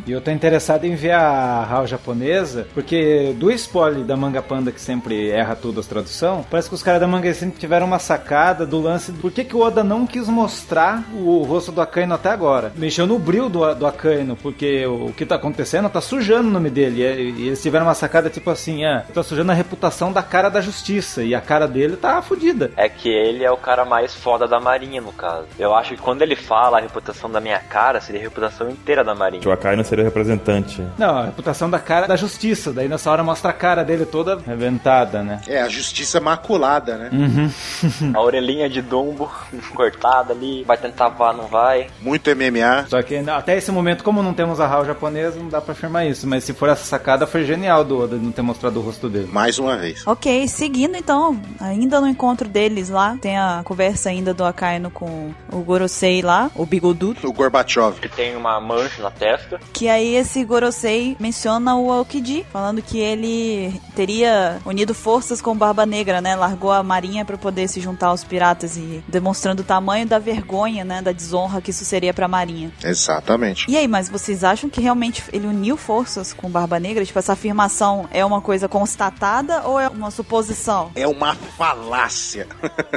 [SPEAKER 5] E eu tô interessado em ver a HAL japonesa, porque do spoiler da manga panda que sempre erra tudo as tradução, parece que os caras da manga sempre tiveram uma sacada do lance do por que, que o Oda não quis mostrar o rosto do Akaino até agora. Mexeu no brilho do, do Akaino, porque o, que tá acontecendo tá sujando o nome dele. E, e eles tiveram uma sacada tipo assim, ah, tá sujando a reputação da cara da justiça, e a cara dele tá fodida.
[SPEAKER 8] É que ele é o cara mais foda da marinha, no caso. Eu acho que quando ele fala a reputação da minha cara, seria a reputação inteira da
[SPEAKER 2] Que o
[SPEAKER 8] marinha.
[SPEAKER 2] Akainu seria o representante.
[SPEAKER 5] Não, a reputação da cara da justiça. Daí nessa hora mostra a cara dele toda reventada, né?
[SPEAKER 4] É, a justiça maculada, né?
[SPEAKER 8] A orelhinha de dumbo cortada ali, vai tentar vá, não vai.
[SPEAKER 4] Muito MMA.
[SPEAKER 5] Só que não, até esse momento, como não temos a HAL japonesa, não dá pra afirmar isso. Mas se for essa sacada, foi genial do Oda não ter mostrado o rosto dele.
[SPEAKER 4] Mais uma vez.
[SPEAKER 1] Ok, seguindo então, ainda no encontro deles lá, tem a conversa ainda do Akainu com o Gorosei lá, o bigodudo.
[SPEAKER 4] O Gorbachev.
[SPEAKER 8] Ele tem uma mancha na testa.
[SPEAKER 1] Que aí esse Gorosei menciona o Aokiji, falando que ele teria unido forças com o Barba Negra, né? Largou a marinha pra poder se juntar aos piratas e demonstrando o tamanho da vergonha, né? Da desonra que isso seria pra marinha.
[SPEAKER 4] Exatamente.
[SPEAKER 1] E aí, mas vocês acham que realmente ele uniu forças com o Barba Negra? Tipo, essa afirmação é uma coisa constatada ou é uma suposição?
[SPEAKER 4] É uma falácia.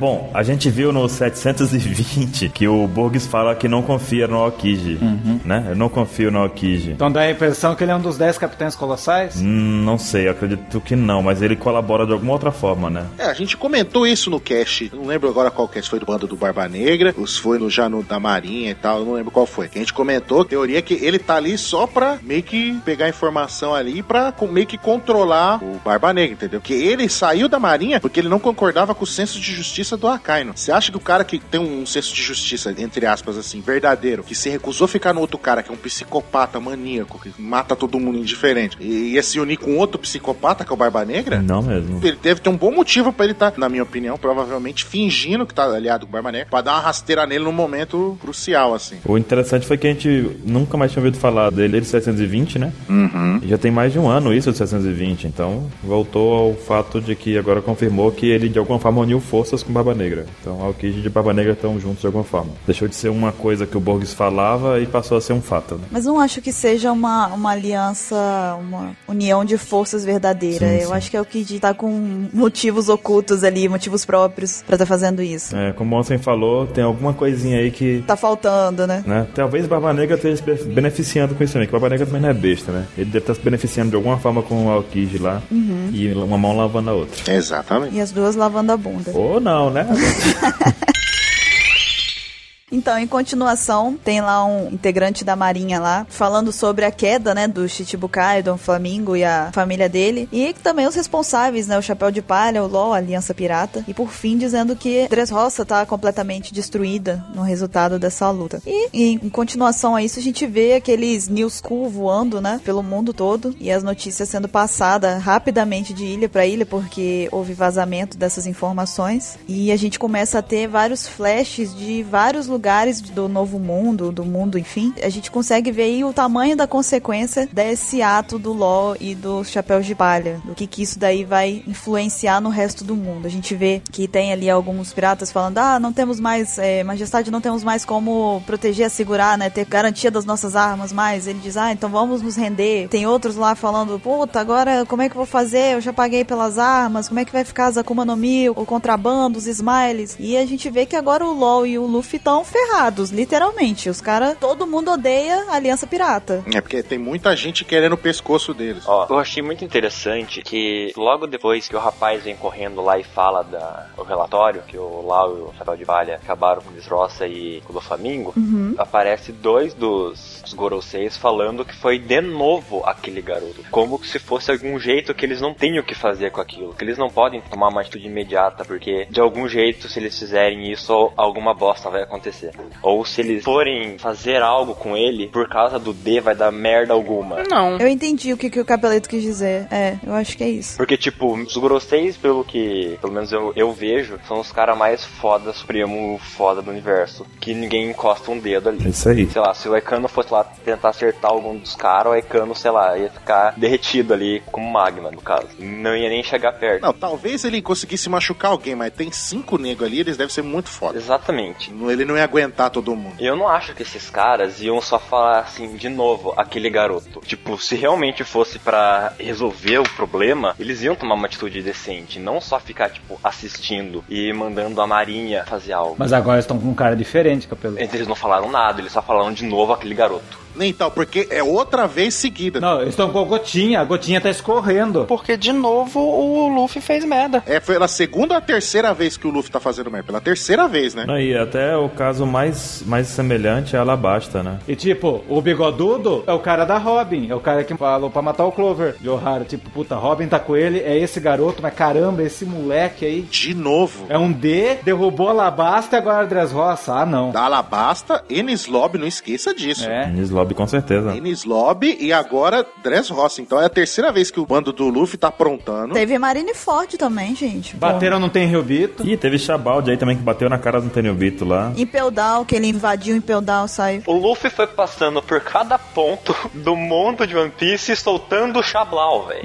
[SPEAKER 2] Bom, a gente viu no 720 que o Burgs fala que não confia no Okiji, né? Eu não confio no Okiji.
[SPEAKER 5] Então dá a impressão que ele é um dos 10 capitães colossais.
[SPEAKER 2] Hum, não sei, eu acredito que não, mas ele colabora de alguma outra forma, né?
[SPEAKER 4] É, a gente comentou isso no cast. Não lembro agora qual cast foi do bando do Barba Negra, ou se foi no, já no da Marinha e tal, eu não lembro qual foi. Que a gente comentou, a teoria é que ele tá ali só pra meio que pegar informação ali pra co- meio que controlar o Barba Negra, entendeu? Que ele saiu da Marinha porque ele não concordava com o senso de justiça justiça do Akainu. Você acha que o cara que tem um senso de justiça, entre aspas, assim, verdadeiro, que se recusou a ficar no outro cara, que é um psicopata maníaco, que mata todo mundo indiferente, e ia se unir com outro psicopata, que é o Barba Negra?
[SPEAKER 2] Não mesmo.
[SPEAKER 4] Ele deve ter um bom motivo pra ele estar, na minha opinião, provavelmente fingindo que tá aliado com o Barba Negra, pra dar uma rasteira nele num momento crucial, assim.
[SPEAKER 2] O interessante foi que a gente nunca mais tinha ouvido falar dele, ele 720, né?
[SPEAKER 4] Uhum.
[SPEAKER 2] E Já tem mais de um ano isso de 720, então voltou ao fato de que agora confirmou que ele de alguma forma uniu forças com Barba Negra. Então Alkid e Barba Negra estão juntos de alguma forma. Deixou de ser uma coisa que o Borges falava e passou a ser um fato, né?
[SPEAKER 1] Mas não acho que seja uma, uma aliança, uma união de forças verdadeira.
[SPEAKER 2] Sim,
[SPEAKER 1] Eu
[SPEAKER 2] sim.
[SPEAKER 1] acho que é o que tá com motivos ocultos ali, motivos próprios pra tá fazendo isso.
[SPEAKER 2] É, como o Onsen falou, tem alguma coisinha aí que
[SPEAKER 1] Tá faltando, né?
[SPEAKER 2] né? Talvez Barba Negra esteja se be- beneficiando com isso também, que Barba Negra também não é besta, né? Ele deve estar se beneficiando de alguma forma com o Alkid lá e uma mão lavando a outra.
[SPEAKER 4] Exatamente.
[SPEAKER 1] E as duas lavando a bunda.
[SPEAKER 2] Ou não, né?
[SPEAKER 1] Então, em continuação, tem lá um integrante da Marinha lá, falando sobre a queda, né, do Chichibukai, do Flamingo e a família dele. E também os responsáveis, né, o Chapéu de Palha, o LOL, a Aliança Pirata. E por fim, dizendo que Dressrosa tá completamente destruída no resultado dessa luta. E em, em continuação a isso, a gente vê aqueles News Cool voando, né, pelo mundo todo. E as notícias sendo passadas rapidamente de ilha pra ilha, porque houve vazamento dessas informações. E a gente começa a ter vários flashes de vários lugares do novo mundo, do mundo, enfim. A gente consegue ver aí o tamanho da consequência desse ato do LOL e do chapéu de palha. O que que isso daí vai influenciar no resto do mundo. A gente vê que tem ali alguns piratas falando, ah, não temos mais, eh, majestade, não temos mais como proteger, assegurar, né, ter garantia das nossas armas mais. Ele diz, ah, então vamos nos render. Tem outros lá falando, puta, agora como é que eu vou fazer? Eu já paguei pelas armas, como é que vai ficar as Akuma no Mi, o contrabando, os smiles? E a gente vê que agora o LoL e o Luffy estão ferrados, literalmente. Os caras, todo mundo odeia a Aliança Pirata.
[SPEAKER 4] É porque tem muita gente querendo o pescoço deles.
[SPEAKER 8] Ó, eu achei muito interessante que logo depois que o rapaz vem correndo lá e fala da, o relatório que o Lau e o Chapéu de Palha acabaram com o Desroça e com o Flamingo, aparece dois dos, dos Goroseis falando que foi de novo aquele garoto. Como se fosse algum jeito que eles não têm o que fazer com aquilo, que eles não podem tomar uma atitude imediata, porque de algum jeito, se eles fizerem isso, alguma bosta vai acontecer. Ou se eles forem fazer algo com ele, por causa do D, vai dar merda alguma.
[SPEAKER 3] Não.
[SPEAKER 1] Eu entendi o que, que o Capeleto quis dizer. É, eu acho que é isso.
[SPEAKER 8] Porque, tipo, os Goroseis, pelo que pelo menos eu, eu vejo, são os caras mais foda, supremo foda do universo. Que ninguém encosta um dedo ali.
[SPEAKER 2] É Isso aí.
[SPEAKER 8] Sei lá, se o Ekano fosse lá tentar acertar algum dos caras, o Ekano, sei lá, ia ficar derretido ali, como um magma, no caso. Não ia nem chegar perto.
[SPEAKER 4] Não, talvez ele conseguisse machucar alguém, mas tem cinco negros ali, eles devem ser muito foda.
[SPEAKER 8] Exatamente.
[SPEAKER 4] Ele não ia aguentar todo mundo.
[SPEAKER 8] Eu não acho que esses caras iam só falar assim, de novo, aquele garoto. Tipo, se realmente fosse pra resolver o problema, eles iam tomar uma atitude decente, não só ficar, tipo, assistindo e mandando a marinha fazer algo.
[SPEAKER 5] Mas agora eles estão com um cara diferente, Capelo.
[SPEAKER 8] Eles não falaram nada, eles só falaram de novo aquele garoto.
[SPEAKER 4] Nem tal, porque é outra vez seguida.
[SPEAKER 5] Não, eles estão com a gotinha, a gotinha tá escorrendo.
[SPEAKER 3] Porque, de novo, o Luffy fez merda.
[SPEAKER 4] É pela segunda ou terceira vez que o Luffy tá fazendo merda? Pela terceira vez, né?
[SPEAKER 2] Não, e até o caso mais, mais semelhante é a Alabasta, né?
[SPEAKER 5] E tipo, o bigodudo é o cara da Robin, é o cara que falou pra matar o Clover de O'Hara. Tipo, puta, Robin tá com ele, é esse garoto, mas caramba, esse moleque aí.
[SPEAKER 4] De novo.
[SPEAKER 5] É um D, derrubou a Alabasta e agora é Dress Roça. Ah, não.
[SPEAKER 4] Da Alabasta, Enis Lobby, não esqueça disso.
[SPEAKER 5] É.
[SPEAKER 2] Nis Lobby, com certeza.
[SPEAKER 4] Enis Lobby e agora Dress Ross. Então é a terceira vez que o bando do Luffy tá aprontando.
[SPEAKER 1] Teve Marine Ford também, gente.
[SPEAKER 5] Bateram não tem Riobito.
[SPEAKER 2] Ih, teve Chabaldi aí também que bateu na cara do Antônio Vito lá.
[SPEAKER 1] Impel Down, que ele invadiu Impel Down, saiu.
[SPEAKER 8] O Luffy foi passando por cada ponto do mundo de One Piece soltando o Xablau, velho.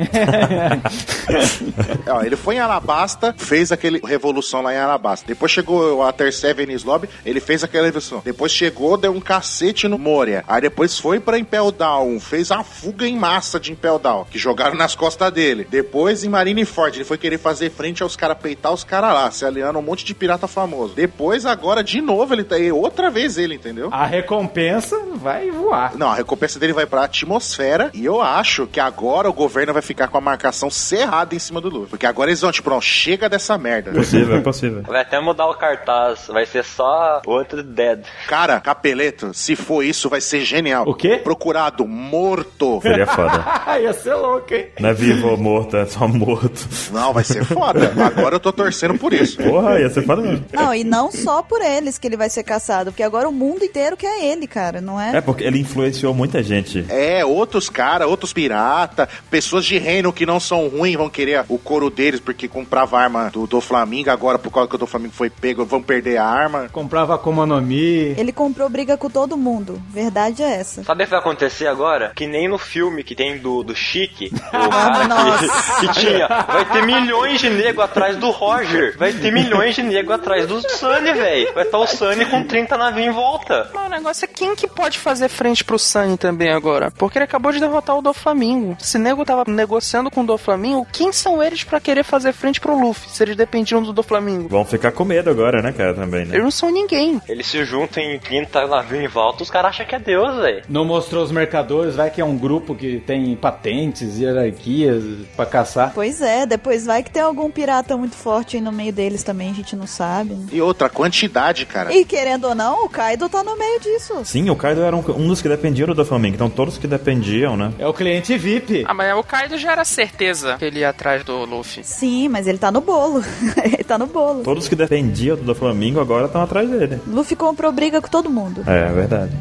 [SPEAKER 4] É, ó, ele foi em Alabasta, fez aquele revolução lá em Alabasta. Depois chegou a terceira Enis Lobby, ele fez aquela revolução. Depois chegou, deu um cacete no Moria. Aí depois foi pra Impel Down, fez a fuga em massa de Impel Down, que jogaram nas costas dele. Depois em Marineford, ele foi querer fazer frente aos caras, peitar os caras lá, se aliando a um monte de pirata famoso. Depois, agora, de novo, ele tá aí, outra vez ele, entendeu?
[SPEAKER 5] A recompensa vai voar.
[SPEAKER 4] Não, a recompensa dele vai pra atmosfera. E eu acho que agora o governo vai ficar com a marcação cerrada em cima do Luffy. Porque agora eles vão, tipo, não, chega dessa merda.
[SPEAKER 2] É possível, é possível.
[SPEAKER 8] Vai até mudar o cartaz, vai ser só outro Dead.
[SPEAKER 4] Cara, Capeleto, se for isso, vai ser genial.
[SPEAKER 5] O quê?
[SPEAKER 4] Procurado, morto.
[SPEAKER 2] Seria foda.
[SPEAKER 5] Ah, Ia ser louco, hein?
[SPEAKER 2] Não é vivo ou morto, é só morto.
[SPEAKER 4] Não, vai ser foda. Agora eu tô torcendo por isso.
[SPEAKER 2] Porra, ia ser foda mesmo.
[SPEAKER 1] Não, e não só por eles que ele vai ser caçado, porque agora o mundo inteiro quer ele, cara, não é?
[SPEAKER 2] É porque ele influenciou muita gente.
[SPEAKER 4] É, outros caras, outros pirata, pessoas de reino que não são ruins vão querer o couro deles porque comprava a arma do, do Flamengo. Agora, por causa que o do Flamengo foi pego, vão perder a arma.
[SPEAKER 5] Comprava Akuma no Mi.
[SPEAKER 1] Ele comprou briga com todo mundo. Verdade é essa.
[SPEAKER 8] Sabe o que vai acontecer agora? Que nem no filme que tem do, do Chique, o
[SPEAKER 1] Ah,
[SPEAKER 8] cara
[SPEAKER 1] nossa.
[SPEAKER 8] que, que tinha. Vai ter milhões de nego atrás do Roger. Vai ter milhões de nego atrás do Sunny, velho. Vai estar o Sunny com 30 navios em volta.
[SPEAKER 3] Mas o negócio é quem que pode fazer frente pro Sunny também agora? Porque ele acabou de derrotar o Doflamingo. Se nego tava negociando com o Doflamingo, quem são eles pra querer fazer frente pro Luffy, se eles dependiam do Doflamingo?
[SPEAKER 2] Vão ficar com medo agora, né, cara, também, né?
[SPEAKER 3] Eles não são ninguém.
[SPEAKER 8] Eles se juntam em 30 navios em volta, os caras acham que é Deus, velho.
[SPEAKER 5] Não mostrou os mercadores, vai que é um grupo que tem patentes, hierarquias pra caçar.
[SPEAKER 1] Pois é, depois vai que tem algum pirata muito forte aí no meio deles também, a gente não sabe. né?
[SPEAKER 4] E outra, quantidade, cara.
[SPEAKER 1] E querendo ou não, o Kaido tá no meio disso.
[SPEAKER 2] Sim, o Kaido era um, um dos que dependiam do Doflamingo, então todos que dependiam, né?
[SPEAKER 5] É o cliente VIP.
[SPEAKER 3] Ah, mas o Kaido já era certeza que ele ia atrás do Luffy.
[SPEAKER 1] Sim, mas ele tá no bolo. ele tá no bolo.
[SPEAKER 2] Todos que dependiam do Doflamingo agora estão atrás dele.
[SPEAKER 1] Luffy comprou briga com todo mundo.
[SPEAKER 2] É, é verdade.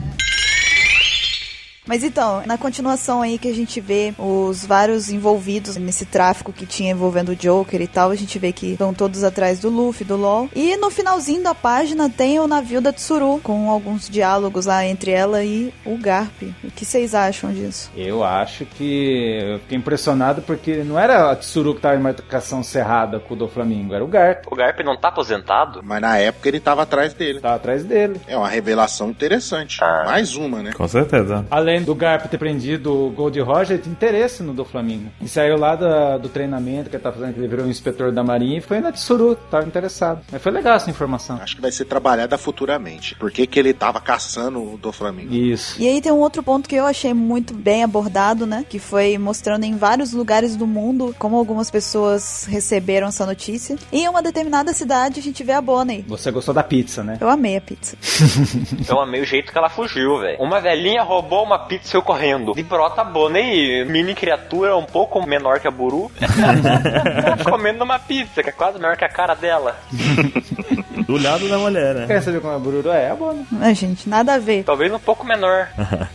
[SPEAKER 1] Mas então, na continuação aí que a gente vê os vários envolvidos nesse tráfico que tinha envolvendo o Joker e tal, a gente vê que estão todos atrás do Luffy, do LOL. E no finalzinho da página tem o navio da Tsuru, com alguns diálogos lá entre ela e o Garp. O que vocês acham disso?
[SPEAKER 5] Eu acho que. Eu fiquei impressionado porque não era a Tsuru que tava em marcação cerrada com o do Flamengo, era o Garp.
[SPEAKER 8] O Garp não tá aposentado?
[SPEAKER 4] Mas na época ele tava atrás dele.
[SPEAKER 5] Tava atrás dele.
[SPEAKER 4] É uma revelação interessante.
[SPEAKER 8] Ah.
[SPEAKER 4] Mais uma, né?
[SPEAKER 2] Com certeza.
[SPEAKER 5] Além do Garp ter prendido o Gold Roger, ele tinha interesse no do Flamengo. E saiu lá da- do treinamento que ele tá fazendo, que ele virou um inspetor da marinha e foi na Tsuru, que tava interessado. Mas foi legal essa informação.
[SPEAKER 4] Acho que vai ser trabalhada futuramente. Por que, que ele tava caçando o do Flamengo?
[SPEAKER 5] Isso.
[SPEAKER 1] E aí tem um outro ponto que eu achei muito bem abordado, né? Que foi mostrando em vários lugares do mundo como algumas pessoas receberam essa notícia. E em uma determinada cidade a gente vê a Bonnie.
[SPEAKER 5] Você gostou da pizza, né?
[SPEAKER 1] Eu amei a pizza.
[SPEAKER 8] Eu amei o jeito que ela fugiu, velho. Uma velhinha roubou uma pizza e saiu correndo. De brota Bonnie, mini criatura um pouco menor que a Buru, comendo uma pizza, que é quase maior que a cara dela.
[SPEAKER 2] Do lado da mulher, né?
[SPEAKER 5] Quer saber como é Bururu? É, é boa, né?
[SPEAKER 1] Ah, gente, nada a ver.
[SPEAKER 8] Talvez um pouco menor.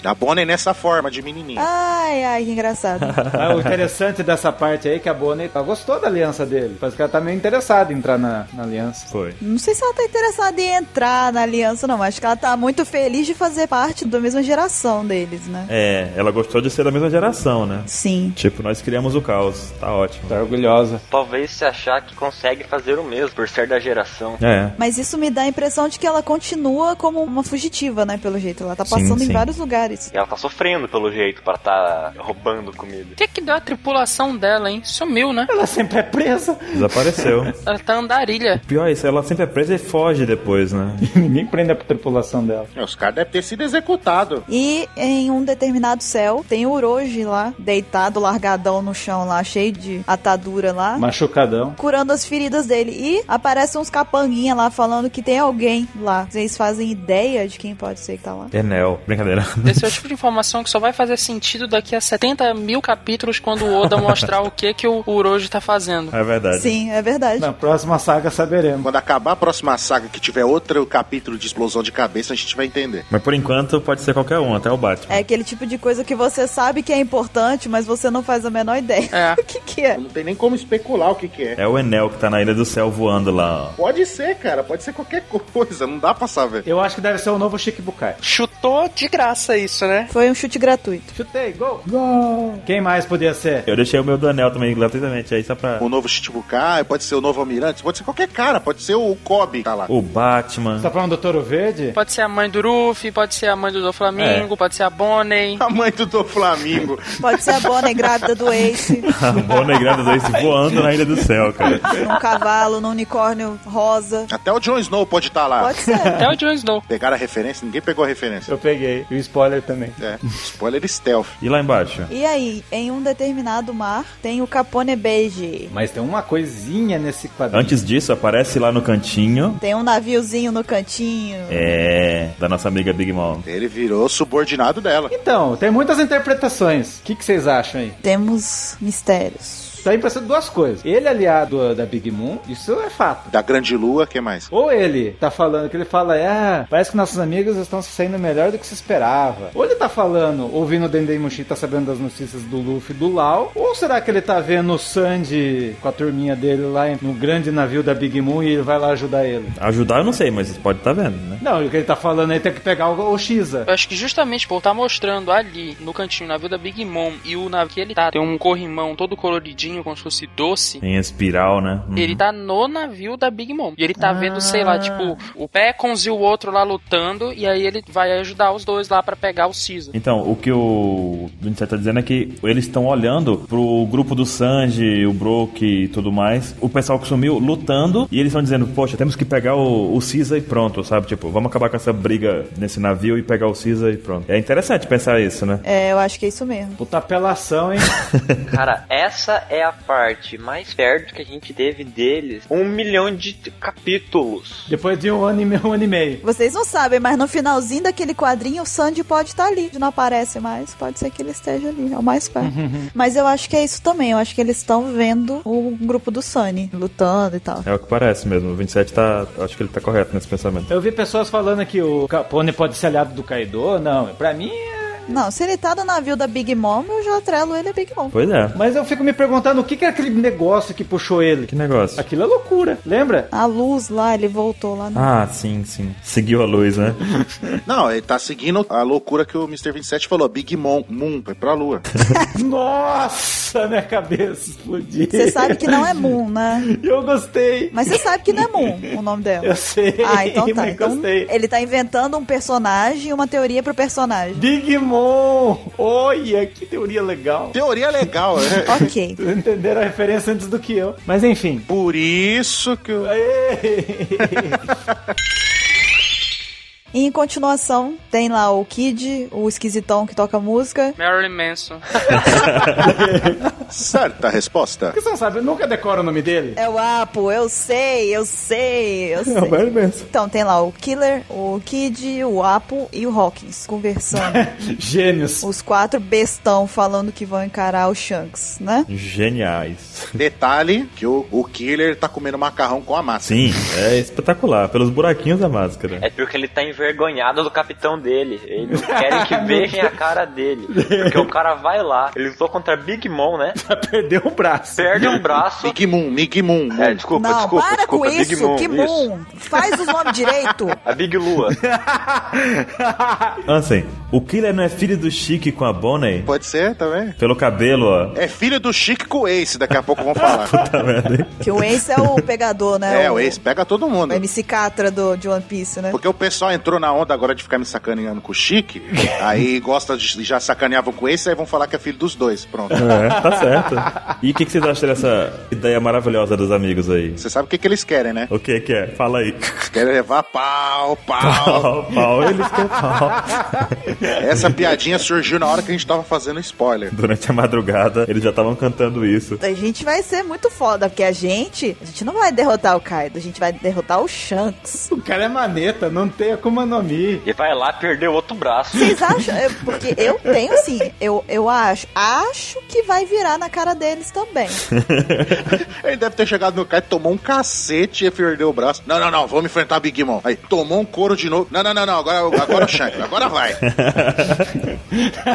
[SPEAKER 4] A Bonnie nessa forma, de menininha.
[SPEAKER 1] Ai, ai, que engraçado.
[SPEAKER 5] Ah, o interessante dessa parte aí é que a Bonnie ela gostou da aliança dele. Parece que ela tá meio interessada em entrar na, na aliança.
[SPEAKER 2] Foi.
[SPEAKER 1] Não sei se ela tá interessada em entrar na aliança, não. Acho que ela tá muito feliz de fazer parte da mesma geração deles, né?
[SPEAKER 2] É, ela gostou de ser da mesma geração, né?
[SPEAKER 1] Sim.
[SPEAKER 2] Tipo, nós criamos o caos. Tá ótimo.
[SPEAKER 5] Tá orgulhosa.
[SPEAKER 8] Talvez se achar que consegue fazer o mesmo, por ser da geração.
[SPEAKER 2] É.
[SPEAKER 1] Mas isso me dá a impressão de que ela continua como uma fugitiva, né? Pelo jeito. Ela tá
[SPEAKER 2] Sim,
[SPEAKER 1] passando em
[SPEAKER 2] sim.
[SPEAKER 1] vários lugares.
[SPEAKER 8] E ela tá sofrendo pelo jeito pra tá roubando comida.
[SPEAKER 3] O que que deu a tripulação dela, hein? Sumiu, né?
[SPEAKER 5] Ela sempre é presa.
[SPEAKER 2] Desapareceu.
[SPEAKER 3] Ela tá andarilha.
[SPEAKER 2] Pior é isso, ela sempre é presa e foge depois, né?
[SPEAKER 5] Ninguém prende a tripulação dela.
[SPEAKER 4] É, Os caras devem ter sido executados.
[SPEAKER 1] E em um determinado céu tem o Orochi lá, deitado, largadão no chão lá, cheio de atadura lá.
[SPEAKER 5] Machucadão.
[SPEAKER 1] Curando as feridas dele. E aparecem uns capanguinha lá falando que tem alguém lá. Vocês fazem ideia de quem pode ser que tá lá?
[SPEAKER 2] Enel. É Brincadeira.
[SPEAKER 3] Esse é o tipo de informação que só vai fazer sentido daqui a 70 mil capítulos quando o Oda mostrar o que que o Uroji tá fazendo.
[SPEAKER 2] É verdade.
[SPEAKER 1] Sim, é verdade.
[SPEAKER 5] Na próxima saga saberemos.
[SPEAKER 4] Quando acabar a próxima saga, que tiver outro capítulo de explosão de cabeça, a gente vai entender.
[SPEAKER 2] Mas por enquanto pode ser qualquer um, até o Batman.
[SPEAKER 1] É aquele tipo de coisa que você sabe que é importante, mas você não faz a menor ideia
[SPEAKER 3] É.
[SPEAKER 1] o que que é.
[SPEAKER 4] Não tem nem como especular o que, que é.
[SPEAKER 2] É o Enel que tá na Ilha do Céu voando lá, ó.
[SPEAKER 4] Pode ser, cara. Pode ser qualquer coisa. Não dá pra saber.
[SPEAKER 5] Eu acho que deve ser o novo Shikibukai.
[SPEAKER 3] Chutou de graça isso, né?
[SPEAKER 1] Foi um chute gratuito.
[SPEAKER 5] Chutei, gol! Gol! Quem mais podia ser?
[SPEAKER 2] Eu deixei o meu do Enel também gratuitamente aí só pra.
[SPEAKER 4] O novo Chichibukai, pode ser o novo Almirante, pode ser qualquer cara. Pode ser o Kobe. Tá lá.
[SPEAKER 2] O Batman.
[SPEAKER 5] Você tá falando do Toro Verde?
[SPEAKER 3] Pode ser a mãe do Luffy, pode ser a mãe do Doflamingo, pode ser a Bonnie.
[SPEAKER 4] A mãe do do Flamengo.
[SPEAKER 1] Pode ser a Bonnie grávida do Ace,
[SPEAKER 2] A Bonnie Grada 2 voando na Ilha do Céu, cara.
[SPEAKER 1] num cavalo, num unicórnio rosa.
[SPEAKER 4] Até o Jon Snow pode estar lá.
[SPEAKER 1] Pode ser.
[SPEAKER 3] Até o Jon Snow.
[SPEAKER 4] Pegaram a referência? Ninguém pegou a referência.
[SPEAKER 5] Eu peguei. E o spoiler também.
[SPEAKER 4] É, spoiler stealth.
[SPEAKER 2] E lá embaixo?
[SPEAKER 1] E aí, em um determinado mar, tem o Capone Beige.
[SPEAKER 5] Mas tem uma coisinha nesse quadrinho.
[SPEAKER 2] Antes disso, aparece lá no cantinho.
[SPEAKER 1] Tem um naviozinho no cantinho.
[SPEAKER 2] É. Da nossa amiga Big Mom.
[SPEAKER 4] Ele virou subordinado ela.
[SPEAKER 5] Então, tem muitas interpretações. O que, que vocês acham aí?
[SPEAKER 1] Temos mistérios.
[SPEAKER 5] Dá a impressão de duas coisas. Ele é aliado da Big Moon, isso é fato.
[SPEAKER 4] Da Grande Lua, que mais?
[SPEAKER 5] Ou ele tá falando que ele fala, ah, parece que nossos amigos estão se saindo melhor do que se esperava. Ou ele tá falando, ouvindo o Dendei Mushi, tá sabendo das notícias do Luffy e do Lau. Ou será que ele tá vendo o Sandy com a turminha dele lá no grande navio da Big Moon e ele vai lá ajudar ele?
[SPEAKER 2] Ajudar eu não sei, mas pode estar vendo, né?
[SPEAKER 5] Não, o que ele tá falando aí tem que pegar o, o Shiza.
[SPEAKER 3] Eu acho que justamente por estar mostrando ali no cantinho o navio da Big Mom e o navio que ele tá, tem um corrimão todo coloridinho, como se fosse doce.
[SPEAKER 2] Em espiral, né? Uhum.
[SPEAKER 3] Ele tá no navio da Big Mom. E ele tá vendo, sei lá, tipo, o Peckons e o outro lá lutando. E aí ele vai ajudar os dois lá pra pegar o Caesar.
[SPEAKER 2] Então, o que o 27 tá dizendo é que eles estão olhando pro grupo do Sanji, o Brook e tudo mais, o pessoal que sumiu lutando, e eles estão dizendo, poxa, temos que pegar o, o Caesar e pronto, sabe? Tipo, vamos acabar com essa briga nesse navio e pegar o Caesar e pronto. É interessante pensar isso, né?
[SPEAKER 1] É, eu acho que é isso mesmo.
[SPEAKER 5] Puta apelação, hein?
[SPEAKER 8] Cara, essa é a parte mais perto que a gente teve deles. Um milhão de t- capítulos.
[SPEAKER 5] Depois de um ano e meio, um ano e meio.
[SPEAKER 1] Vocês não sabem, mas no finalzinho daquele quadrinho, o Sandy pode estar ali. Não aparece mais, pode ser que ele esteja ali, é o mais perto. mas eu acho que é isso também. Eu acho que eles estão vendo o grupo do Sunny lutando e tal.
[SPEAKER 2] É o que parece mesmo. O 27 tá. Acho que ele tá correto nesse pensamento.
[SPEAKER 5] Eu vi pessoas falando que o Capone pode ser aliado do Kaido. Não, pra mim é.
[SPEAKER 1] Não, se ele tá no navio da Big Mom, eu já atrelo ele a Big Mom.
[SPEAKER 2] Pois é.
[SPEAKER 5] Mas eu fico me perguntando o que, que é aquele negócio que puxou ele.
[SPEAKER 2] Que negócio.
[SPEAKER 5] Aquilo é loucura, lembra?
[SPEAKER 1] A luz lá, ele voltou lá. No...
[SPEAKER 2] Ah, sim, sim. Seguiu a luz, né?
[SPEAKER 4] Não, ele tá seguindo a loucura que o Mr. 27 falou. Big Mom, Moon, vai pra lua.
[SPEAKER 5] Nossa, minha cabeça explodiu.
[SPEAKER 1] Você sabe que não é Moon, né?
[SPEAKER 5] Eu gostei.
[SPEAKER 1] Mas você sabe que não é Moon o nome dela.
[SPEAKER 5] Eu sei.
[SPEAKER 1] Ah, então tá.
[SPEAKER 5] mas
[SPEAKER 1] Então,
[SPEAKER 5] gostei.
[SPEAKER 1] ele tá inventando um personagem e uma teoria pro personagem.
[SPEAKER 5] Big Mom! Olha, que teoria legal.
[SPEAKER 4] Teoria legal, né?
[SPEAKER 1] ok.
[SPEAKER 5] Vocês entenderam a referência antes do que eu. Mas enfim.
[SPEAKER 4] Por isso que o.
[SPEAKER 1] E em continuação, tem lá o Kid, o esquisitão que toca música.
[SPEAKER 3] Marilyn Manson.
[SPEAKER 4] Certa resposta.
[SPEAKER 5] Porque você não sabe, eu nunca decoro o nome dele.
[SPEAKER 1] É o Apo, eu sei, eu sei, eu sei. Então tem lá o Killer, o Kid, o Apo e o Hawkins conversando.
[SPEAKER 5] Gêmeos.
[SPEAKER 1] Os quatro bestão falando que vão encarar o Shanks, né?
[SPEAKER 2] Geniais.
[SPEAKER 4] Detalhe que o, o Killer tá comendo macarrão com a massa.
[SPEAKER 2] Sim, é espetacular. Pelos buraquinhos da máscara.
[SPEAKER 8] É porque ele tá envergonhado do capitão dele. Eles querem que vejam a cara dele. Porque o cara vai lá. Ele lutou contra Big Mom, né?
[SPEAKER 5] Já perdeu o braço.
[SPEAKER 8] Perde um braço.
[SPEAKER 4] Big Moon, Big Moon. Moon.
[SPEAKER 8] É, desculpa,
[SPEAKER 1] Não,
[SPEAKER 8] desculpa,
[SPEAKER 1] para
[SPEAKER 8] desculpa.
[SPEAKER 1] com isso,
[SPEAKER 8] Big Moon.
[SPEAKER 1] que
[SPEAKER 8] isso.
[SPEAKER 1] bom. Faz os nomes direito.
[SPEAKER 8] A Big Lua.
[SPEAKER 2] Ansem, o Killer não é filho do Chique com a Bonnie?
[SPEAKER 4] Pode ser também.
[SPEAKER 2] Pelo cabelo, ó.
[SPEAKER 4] É filho do Chique com o Ace, daqui a pouco vão falar.
[SPEAKER 2] Tá vendo?
[SPEAKER 1] Que o Ace é o pegador, né?
[SPEAKER 4] é, o Ace pega todo mundo.
[SPEAKER 1] O MC Catra do, de One Piece, né?
[SPEAKER 4] Porque o pessoal entrou na onda agora de ficar me sacaneando com o Chique, aí gosta de já sacaneavam com o Ace, aí vão falar que é filho dos dois. Pronto.
[SPEAKER 2] É, tá certo. E o que, que vocês acham dessa ideia maravilhosa dos amigos aí?
[SPEAKER 4] Você sabe o que, que eles querem, né?
[SPEAKER 2] O que que é? Fala aí.
[SPEAKER 4] Eles querem levar pau, pau.
[SPEAKER 2] Pau, pau, eles querem pau.
[SPEAKER 4] Essa piadinha surgiu na hora que a gente tava fazendo spoiler.
[SPEAKER 2] Durante a madrugada, eles já estavam cantando isso.
[SPEAKER 1] A gente vai ser muito foda, porque a gente, a gente não vai derrotar o Kaido, a gente vai derrotar o Shanks.
[SPEAKER 5] O cara é maneta, não tem a Kuma no Mi.
[SPEAKER 8] E vai lá perder o outro braço.
[SPEAKER 1] Vocês acham? É, Porque eu tenho assim, eu, eu acho, acho que vai virar na cara deles também.
[SPEAKER 4] Ele deve ter chegado no cara, tomou um cacete e perdeu o braço. Não, não, não, vamos enfrentar Big Mom. Aí, tomou um couro de novo. Não, não, não, não, agora, agora o Shanks, agora vai.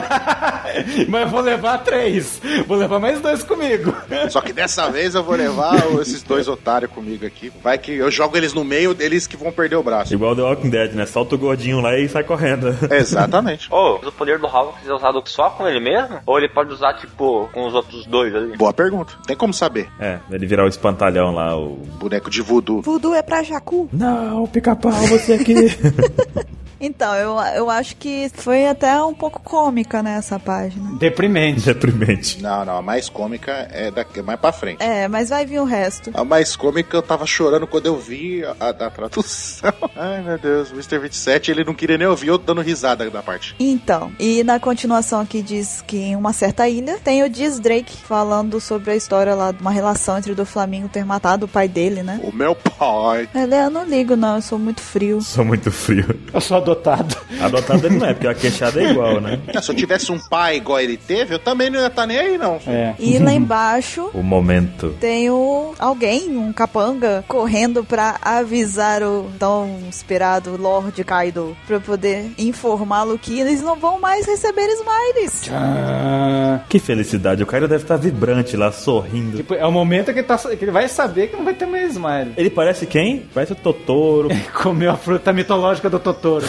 [SPEAKER 5] Mas vou levar três. Vou levar mais dois comigo.
[SPEAKER 4] Só que dessa vez eu vou levar o- esses dois otários comigo aqui. Vai que eu jogo eles no meio, eles que vão perder o braço.
[SPEAKER 2] Igual The Walking Dead, né? Solta o gordinho lá e sai correndo.
[SPEAKER 4] Exatamente.
[SPEAKER 8] Ô, mas o poder do Hawkins é usado só com ele mesmo? Ou ele pode usar, tipo, com os outros dois ali?
[SPEAKER 4] Boa pergunta. Tem como saber.
[SPEAKER 2] É, ele virar o espantalhão lá, o...
[SPEAKER 4] Boneco de voodoo.
[SPEAKER 1] Voodoo é pra Jacu.
[SPEAKER 2] Não, pica-pau, você aqui.
[SPEAKER 1] Então, eu, eu acho que foi até um pouco cômica, né, essa página.
[SPEAKER 5] Deprimente.
[SPEAKER 2] Deprimente.
[SPEAKER 4] Não, não, a mais cômica é daqui, mais pra frente.
[SPEAKER 1] É, mas vai vir o resto.
[SPEAKER 4] A mais cômica eu tava chorando quando eu vi a, a, a tradução. Ai meu Deus, o Mr. 27, ele não queria nem ouvir, eu dando risada da parte.
[SPEAKER 1] Então, e na continuação aqui diz que em uma certa ilha tem o Diz Drake falando sobre a história lá de uma relação entre do Flamengo ter matado o pai dele, né?
[SPEAKER 4] O meu pai.
[SPEAKER 1] Ele, eu não ligo, não, eu sou muito frio.
[SPEAKER 2] Sou muito frio.
[SPEAKER 5] Eu sou adotado.
[SPEAKER 2] Adotado ele não é, porque a queixada é igual, né?
[SPEAKER 4] Se eu tivesse um pai igual ele teve, eu também não ia estar nem aí, não.
[SPEAKER 5] É.
[SPEAKER 1] E lá embaixo
[SPEAKER 2] O momento.
[SPEAKER 1] tem o alguém, um capanga, correndo pra avisar o tão esperado Lord Kaido pra poder informá-lo que eles não vão mais receber Smiles.
[SPEAKER 5] Ah,
[SPEAKER 2] Que felicidade, o cara deve estar vibrante lá, sorrindo.
[SPEAKER 5] tipo, é o momento que ele, tá, que ele vai saber que não vai ter mais smile.
[SPEAKER 2] Ele parece quem? Parece o Totoro.
[SPEAKER 5] Comeu a fruta mitológica do Totoro.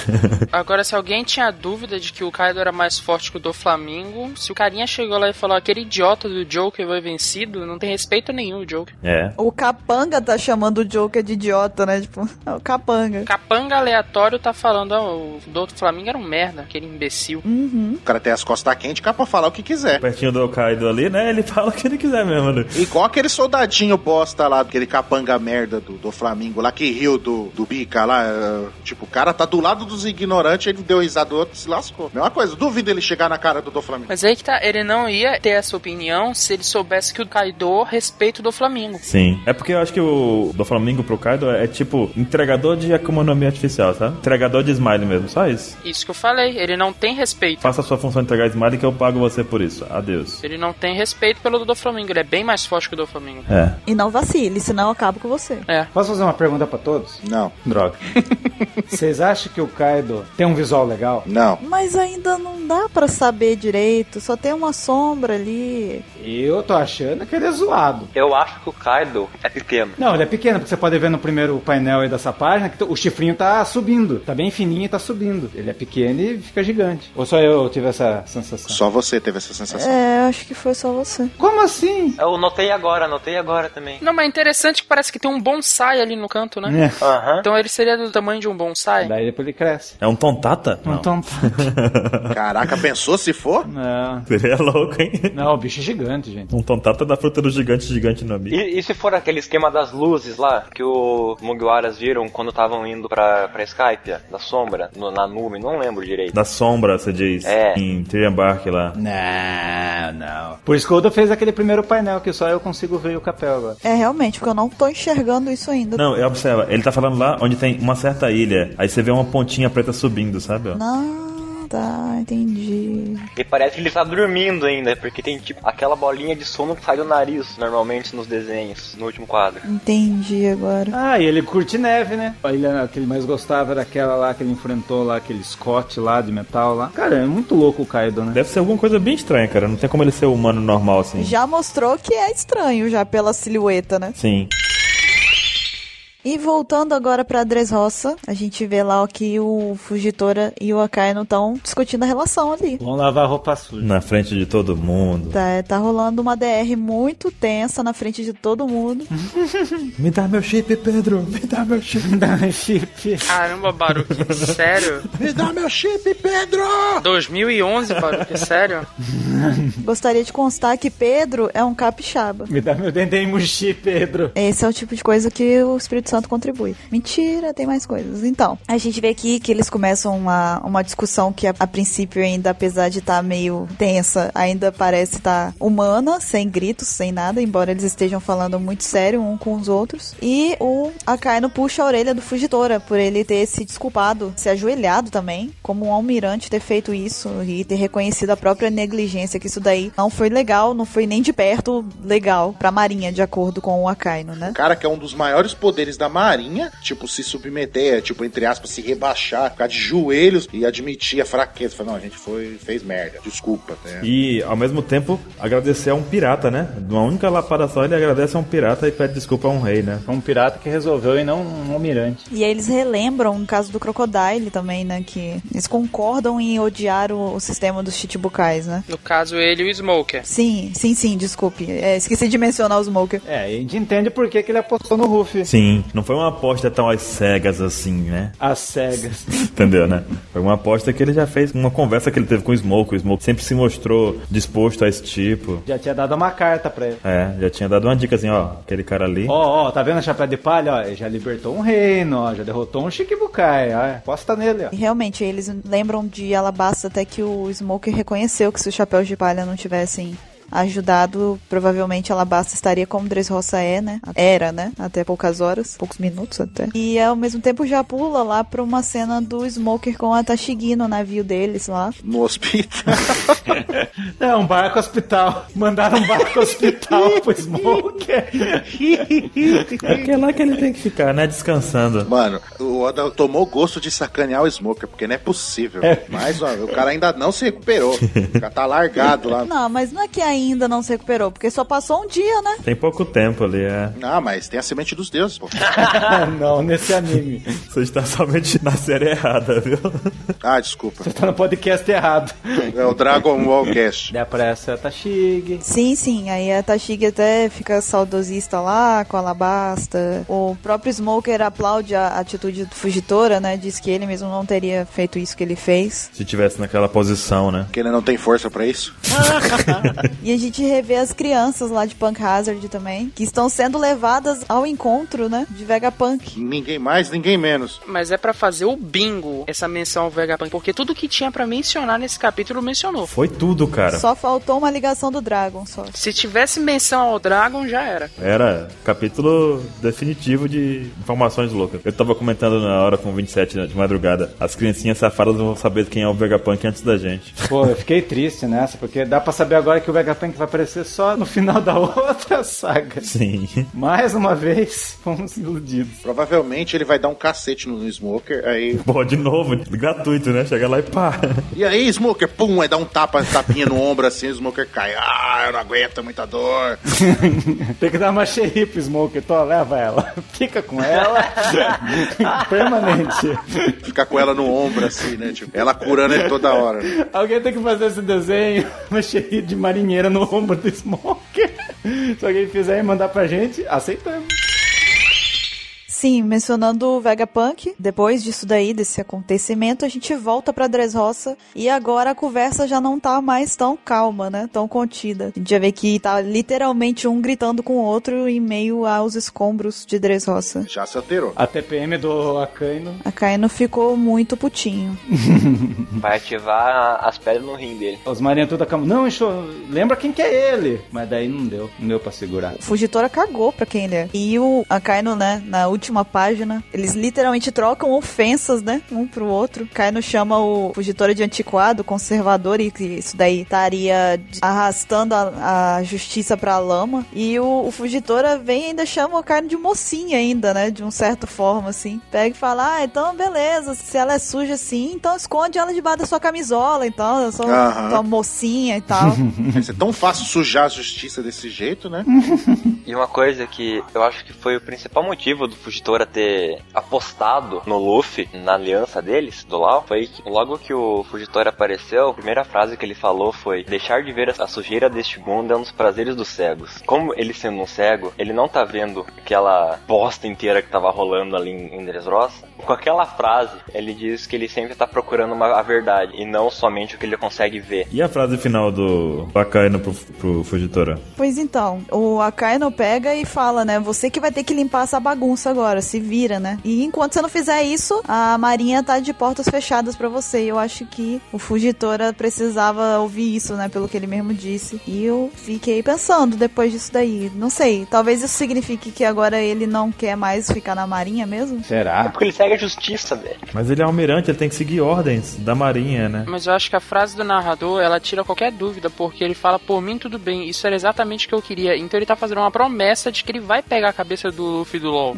[SPEAKER 3] Agora, se alguém tinha dúvida de que o Kaido era mais forte que o do Flamengo, se o carinha chegou lá e falou aquele idiota do Joker foi vencido, não tem respeito nenhum o Joker.
[SPEAKER 2] É.
[SPEAKER 1] O capanga tá chamando o Joker de idiota, né? Tipo, é o capanga.
[SPEAKER 3] Capanga aleatório tá falando, ó, o do Flamengo era um merda, aquele imbecil.
[SPEAKER 1] Uhum.
[SPEAKER 4] O Um cara tem as costas quentes, cara pra falar o que quiser.
[SPEAKER 2] Pertinho do Kaido ali, né? Ele fala o que ele quiser mesmo. né?
[SPEAKER 4] Igual aquele soldadinho bosta lá, aquele capanga merda do, do Flamengo lá, que riu do, do Bica lá. eh, Tipo, o cara tá do lado dos ignorantes, ele deu risada do outro e se lascou. Mesma coisa, duvido ele chegar na cara do do Flamengo.
[SPEAKER 3] Mas aí que tá, ele não ia ter essa opinião se ele soubesse que o Kaido respeita o do Flamengo.
[SPEAKER 2] Sim. É porque eu acho que o do Flamengo pro Kaido é tipo entregador de economia artificial, tá? Entregador de smile mesmo, só isso.
[SPEAKER 3] Isso que eu falei, ele não tem respeito.
[SPEAKER 2] Faça a sua função de entregar smile que eu pago você por isso. Adeus.
[SPEAKER 3] Ele não tem respeito pelo do Flamengo, ele é bem mais forte que o do Flamengo.
[SPEAKER 2] É.
[SPEAKER 1] E não vacile, senão eu acabo com você.
[SPEAKER 3] É.
[SPEAKER 5] Posso fazer uma pergunta pra todos?
[SPEAKER 4] Não,
[SPEAKER 5] Droga. Vocês acham que o Kaido tem um visual legal?
[SPEAKER 4] não.
[SPEAKER 1] Mas ainda não dá pra saber direito, só tem uma sombra ali.
[SPEAKER 5] Eu tô achando que ele é zoado.
[SPEAKER 8] Eu acho que o Kaido é pequeno.
[SPEAKER 5] Não, ele é pequeno, porque você pode ver no primeiro painel aí dessa página que o chifrinho tá subindo. Tá bem fininho e tá subindo. Ele é pequeno e fica gigante. Ou só eu tive essa sensação?
[SPEAKER 4] Só você teve essa sensação.
[SPEAKER 1] É, acho que foi só você.
[SPEAKER 5] Como assim?
[SPEAKER 8] Eu notei agora, notei agora também.
[SPEAKER 3] Não, mas é interessante que parece que tem um bonsai ali no canto, né?
[SPEAKER 5] É.
[SPEAKER 8] Aham.
[SPEAKER 3] Então ele seria do tamanho de um bonsai?
[SPEAKER 5] Daí depois ele cresce.
[SPEAKER 2] É um tontata? Não.
[SPEAKER 5] Não então tão...
[SPEAKER 4] Caraca, pensou se for?
[SPEAKER 5] Não.
[SPEAKER 2] Seria é louco, hein?
[SPEAKER 5] Não, o bicho é gigante, gente.
[SPEAKER 2] Um tontata da fruta do gigante gigante no amigo.
[SPEAKER 8] E, e se for aquele esquema das luzes lá que o Mugiwaras viram quando estavam indo pra, pra Skype, da sombra, no- na nuvem, não lembro direito.
[SPEAKER 2] Da sombra, você diz.
[SPEAKER 8] É.
[SPEAKER 2] Em Triembark lá.
[SPEAKER 5] Não, não. Por isso que o Oda fez aquele primeiro painel que só eu consigo ver o capel agora.
[SPEAKER 1] É, realmente, porque eu não tô enxergando isso ainda.
[SPEAKER 2] Não, eu observa, ele tá falando lá onde tem uma certa ilha. Aí você vê uma pontinha preta subindo, sabe? ó?
[SPEAKER 1] Ah, tá, entendi.
[SPEAKER 8] E parece que ele tá dormindo ainda, porque tem tipo aquela bolinha de sono que sai do nariz, normalmente nos desenhos, no último quadro.
[SPEAKER 1] Entendi agora.
[SPEAKER 5] Ah, e ele curte neve, né? A ilha que ele mais gostava era aquela lá que ele enfrentou lá, aquele Scott lá de metal lá. Cara, é muito louco o Kaido, né?
[SPEAKER 2] Deve ser alguma coisa bem estranha, cara. Não tem como ele ser humano normal assim.
[SPEAKER 1] Já mostrou que é estranho, já pela silhueta, né?
[SPEAKER 2] Sim.
[SPEAKER 1] E voltando agora pra Dressrosa, a gente vê lá ó, que o Fugitora e o Akainu estão discutindo a relação ali.
[SPEAKER 5] Vamos lavar a roupa suja.
[SPEAKER 2] Na frente de todo mundo.
[SPEAKER 1] Tá, tá rolando uma DR muito tensa na frente de todo mundo.
[SPEAKER 2] Me dá meu chip, Pedro. Me dá meu chip.
[SPEAKER 5] Dá chip.
[SPEAKER 3] Caramba, Baruque, sério?
[SPEAKER 4] Me dá meu chip, Pedro!
[SPEAKER 3] 2011, Baruque, sério?
[SPEAKER 1] Gostaria de constar que Pedro é um capixaba.
[SPEAKER 5] Me dá meu dendê mushi, Pedro.
[SPEAKER 1] Esse é o tipo de coisa que o Espírito Santo contribui. Mentira, tem mais coisas. Então, a gente vê aqui que eles começam uma, uma discussão que a, a princípio ainda, apesar de estar meio tensa, ainda parece estar humana, sem gritos, sem nada, embora eles estejam falando muito sério um com os outros. E o Akainu puxa a orelha do Fugitora por ele ter se desculpado, se ajoelhado também, como um almirante ter feito isso e ter reconhecido a própria negligência, que isso daí não foi legal, não foi nem de perto legal pra Marinha, de acordo com o Akainu, né?
[SPEAKER 4] O cara que é um dos maiores poderes da marinha, tipo, se submeter, é, tipo, entre aspas, se rebaixar, ficar de joelhos e admitir a fraqueza. Falar, não, a gente foi, fez merda, desculpa. né?
[SPEAKER 2] E ao mesmo tempo agradecer a um pirata, né? De uma única lapada só, ele agradece a um pirata e pede desculpa a um rei, né?
[SPEAKER 5] É um pirata que resolveu e não um almirante.
[SPEAKER 1] E aí eles relembram o caso do Crocodile também, né? Que eles concordam em odiar o, o sistema dos Chichibukais, né?
[SPEAKER 3] No caso, ele e o Smoker.
[SPEAKER 1] Sim, sim, sim, desculpe. É, esqueci de mencionar o Smoker.
[SPEAKER 5] É, e a gente entende por que, que ele apostou no Ruffy.
[SPEAKER 2] Sim, não foi uma aposta tão às cegas assim, né?
[SPEAKER 5] As cegas.
[SPEAKER 2] Entendeu, né? Foi uma aposta que ele já fez, uma conversa que ele teve com o Smoke. O Smoke sempre se mostrou disposto a esse tipo.
[SPEAKER 5] Já tinha dado uma carta pra ele.
[SPEAKER 2] É, já tinha dado uma dica assim, ó, aquele cara ali.
[SPEAKER 5] Ó, ó, tá vendo a chapéu de palha? Ó, ele já libertou um reino, ó, já derrotou um Shikibukai, ó. Aposta nele, ó.
[SPEAKER 1] E realmente, eles lembram de Alabasta até que o Smoker reconheceu que se os chapéus de palha não tivessem ajudado, provavelmente Alabasta estaria como Dressrosa é, né? Era, né? Até poucas horas, poucos minutos até. E ao mesmo tempo já pula lá pra uma cena do Smoker com a Tashigi no navio deles lá.
[SPEAKER 4] No hospital.
[SPEAKER 5] É, um barco hospital. Mandaram um barco hospital pro Smoker.
[SPEAKER 2] É que é lá que ele tem que ficar, né? Descansando.
[SPEAKER 4] Mano, o Oda tomou gosto de sacanear o Smoker, porque não é possível. Mas, ó, o cara ainda não se recuperou. O cara tá largado lá.
[SPEAKER 1] Não, mas não é que ainda não se recuperou, porque só passou um dia, né?
[SPEAKER 2] Tem pouco tempo ali, é.
[SPEAKER 4] Ah, mas tem a semente dos deuses, pô.
[SPEAKER 5] Ah, Não, nesse anime.
[SPEAKER 2] Você está somente na série errada, viu?
[SPEAKER 4] Ah, desculpa.
[SPEAKER 5] Tá no podcast errado.
[SPEAKER 4] É o Dragon Ball Cast.
[SPEAKER 5] Dá pra essa tá Tashig.
[SPEAKER 1] Sim, sim. Aí a Tashigi até fica saudosista lá com a Alabasta. O próprio Smoker aplaude a atitude do Fugitora, né? Diz que ele mesmo não teria feito isso que ele fez.
[SPEAKER 2] Se tivesse naquela posição, né?
[SPEAKER 4] Porque ele não tem força pra isso.
[SPEAKER 1] E a gente revê as crianças lá de Punk Hazard também, que estão sendo levadas ao encontro, né? De Vegapunk.
[SPEAKER 4] Ninguém mais, ninguém menos.
[SPEAKER 3] Mas é pra fazer o bingo essa menção ao Vegapunk, porque tudo que tinha pra mencionar nesse capítulo mencionou.
[SPEAKER 2] Foi tudo, cara.
[SPEAKER 1] Só faltou uma ligação do Dragon, só.
[SPEAKER 3] Se tivesse menção ao Dragon, já era.
[SPEAKER 2] Era capítulo definitivo de informações loucas. Eu tava comentando na hora com o 27 né, de madrugada. As criancinhas safadas vão saber quem é o Vegapunk antes da gente.
[SPEAKER 5] Pô, eu fiquei triste nessa, porque dá pra saber agora que o Vegapunk vai aparecer só no final da outra saga.
[SPEAKER 2] Sim.
[SPEAKER 5] Mais uma vez, fomos iludidos.
[SPEAKER 4] Provavelmente ele vai dar um cacete no Smoker, aí...
[SPEAKER 2] Pô, de novo, gratuito, né? Chega lá e pá.
[SPEAKER 4] E aí, Smoker, pum, aí dá um tapa, tapinha no ombro assim, o Smoker cai. Ah, eu não aguento, muita dor.
[SPEAKER 5] Tem que dar uma xerife pro Smoker. Tô, leva ela. Fica com ela. Permanente.
[SPEAKER 4] Ficar com ela no ombro assim, né? Tipo, ela curando ele toda hora.
[SPEAKER 5] Alguém tem que fazer esse desenho. Uma xerife de marinheira no ombro do Smoker. Se alguém fizer e mandar pra gente, aceitamos.
[SPEAKER 1] Sim, mencionando o Vegapunk, depois disso daí, desse acontecimento, a gente volta pra Dressrosa e agora a conversa já não tá mais tão calma, né? Tão contida. A gente já vê que tá literalmente um gritando com o outro em meio aos escombros de Dressrosa.
[SPEAKER 4] Já se alterou.
[SPEAKER 5] A TPM do Akaino.
[SPEAKER 1] A Kaino ficou muito putinho.
[SPEAKER 8] Vai ativar as pedras no rim dele.
[SPEAKER 5] Os marinhos tudo acabam. Não, enxô, lembra quem que é ele. Mas daí não deu. Não deu pra segurar.
[SPEAKER 1] O Fugitora cagou pra quem ele é. E o Akaino, né, na última página, eles literalmente trocam ofensas, né, um pro outro. Kaino chama o Fugitora de antiquado, conservador, e que isso daí estaria de- arrastando a, a justiça pra lama. E o, o Fugitora vem e ainda chama o Kaino de mocinha ainda, né, de um certo forma, assim. Pega e fala, ah, então beleza, se ela é suja assim, então esconde ela debaixo da sua camisola, então, eu sou
[SPEAKER 4] Aham.
[SPEAKER 1] sou mocinha e tal.
[SPEAKER 4] Mas é tão fácil sujar a justiça desse jeito, né?
[SPEAKER 8] E uma coisa que eu acho que foi o principal motivo do Fugitora ter apostado no Luffy, na aliança deles, do Lau, foi que logo que o Fugitora apareceu, a primeira frase que ele falou foi deixar de ver a sujeira deste mundo é um dos prazeres dos cegos. Como ele sendo um cego, ele não tá vendo aquela bosta inteira que tava rolando ali em em Dressrosa. Com aquela frase, ele diz que ele sempre tá procurando uma, a verdade, e não somente o que ele consegue ver.
[SPEAKER 2] E a frase final do Akaino pro, pro Fugitora?
[SPEAKER 1] Pois então, o Akaino pega e fala, né? Você que vai ter que limpar essa bagunça agora, se vira, né? E enquanto você não fizer isso, a Marinha tá de portas fechadas pra você. E eu acho que o Fugitora precisava ouvir isso, né? Pelo que ele mesmo disse. E eu fiquei pensando depois disso daí. Não sei, talvez isso signifique que agora ele não quer mais ficar na Marinha mesmo?
[SPEAKER 8] É
[SPEAKER 5] Será?
[SPEAKER 8] porque ele segue a justiça, velho.
[SPEAKER 2] Mas ele é almirante, ele tem que seguir ordens da marinha, né?
[SPEAKER 3] Mas eu acho que a frase do narrador, ela tira qualquer dúvida, porque ele fala, por mim tudo bem, isso era exatamente o que eu queria. Então ele tá fazendo uma promessa de que ele vai pegar a cabeça do Luffy e do LOL.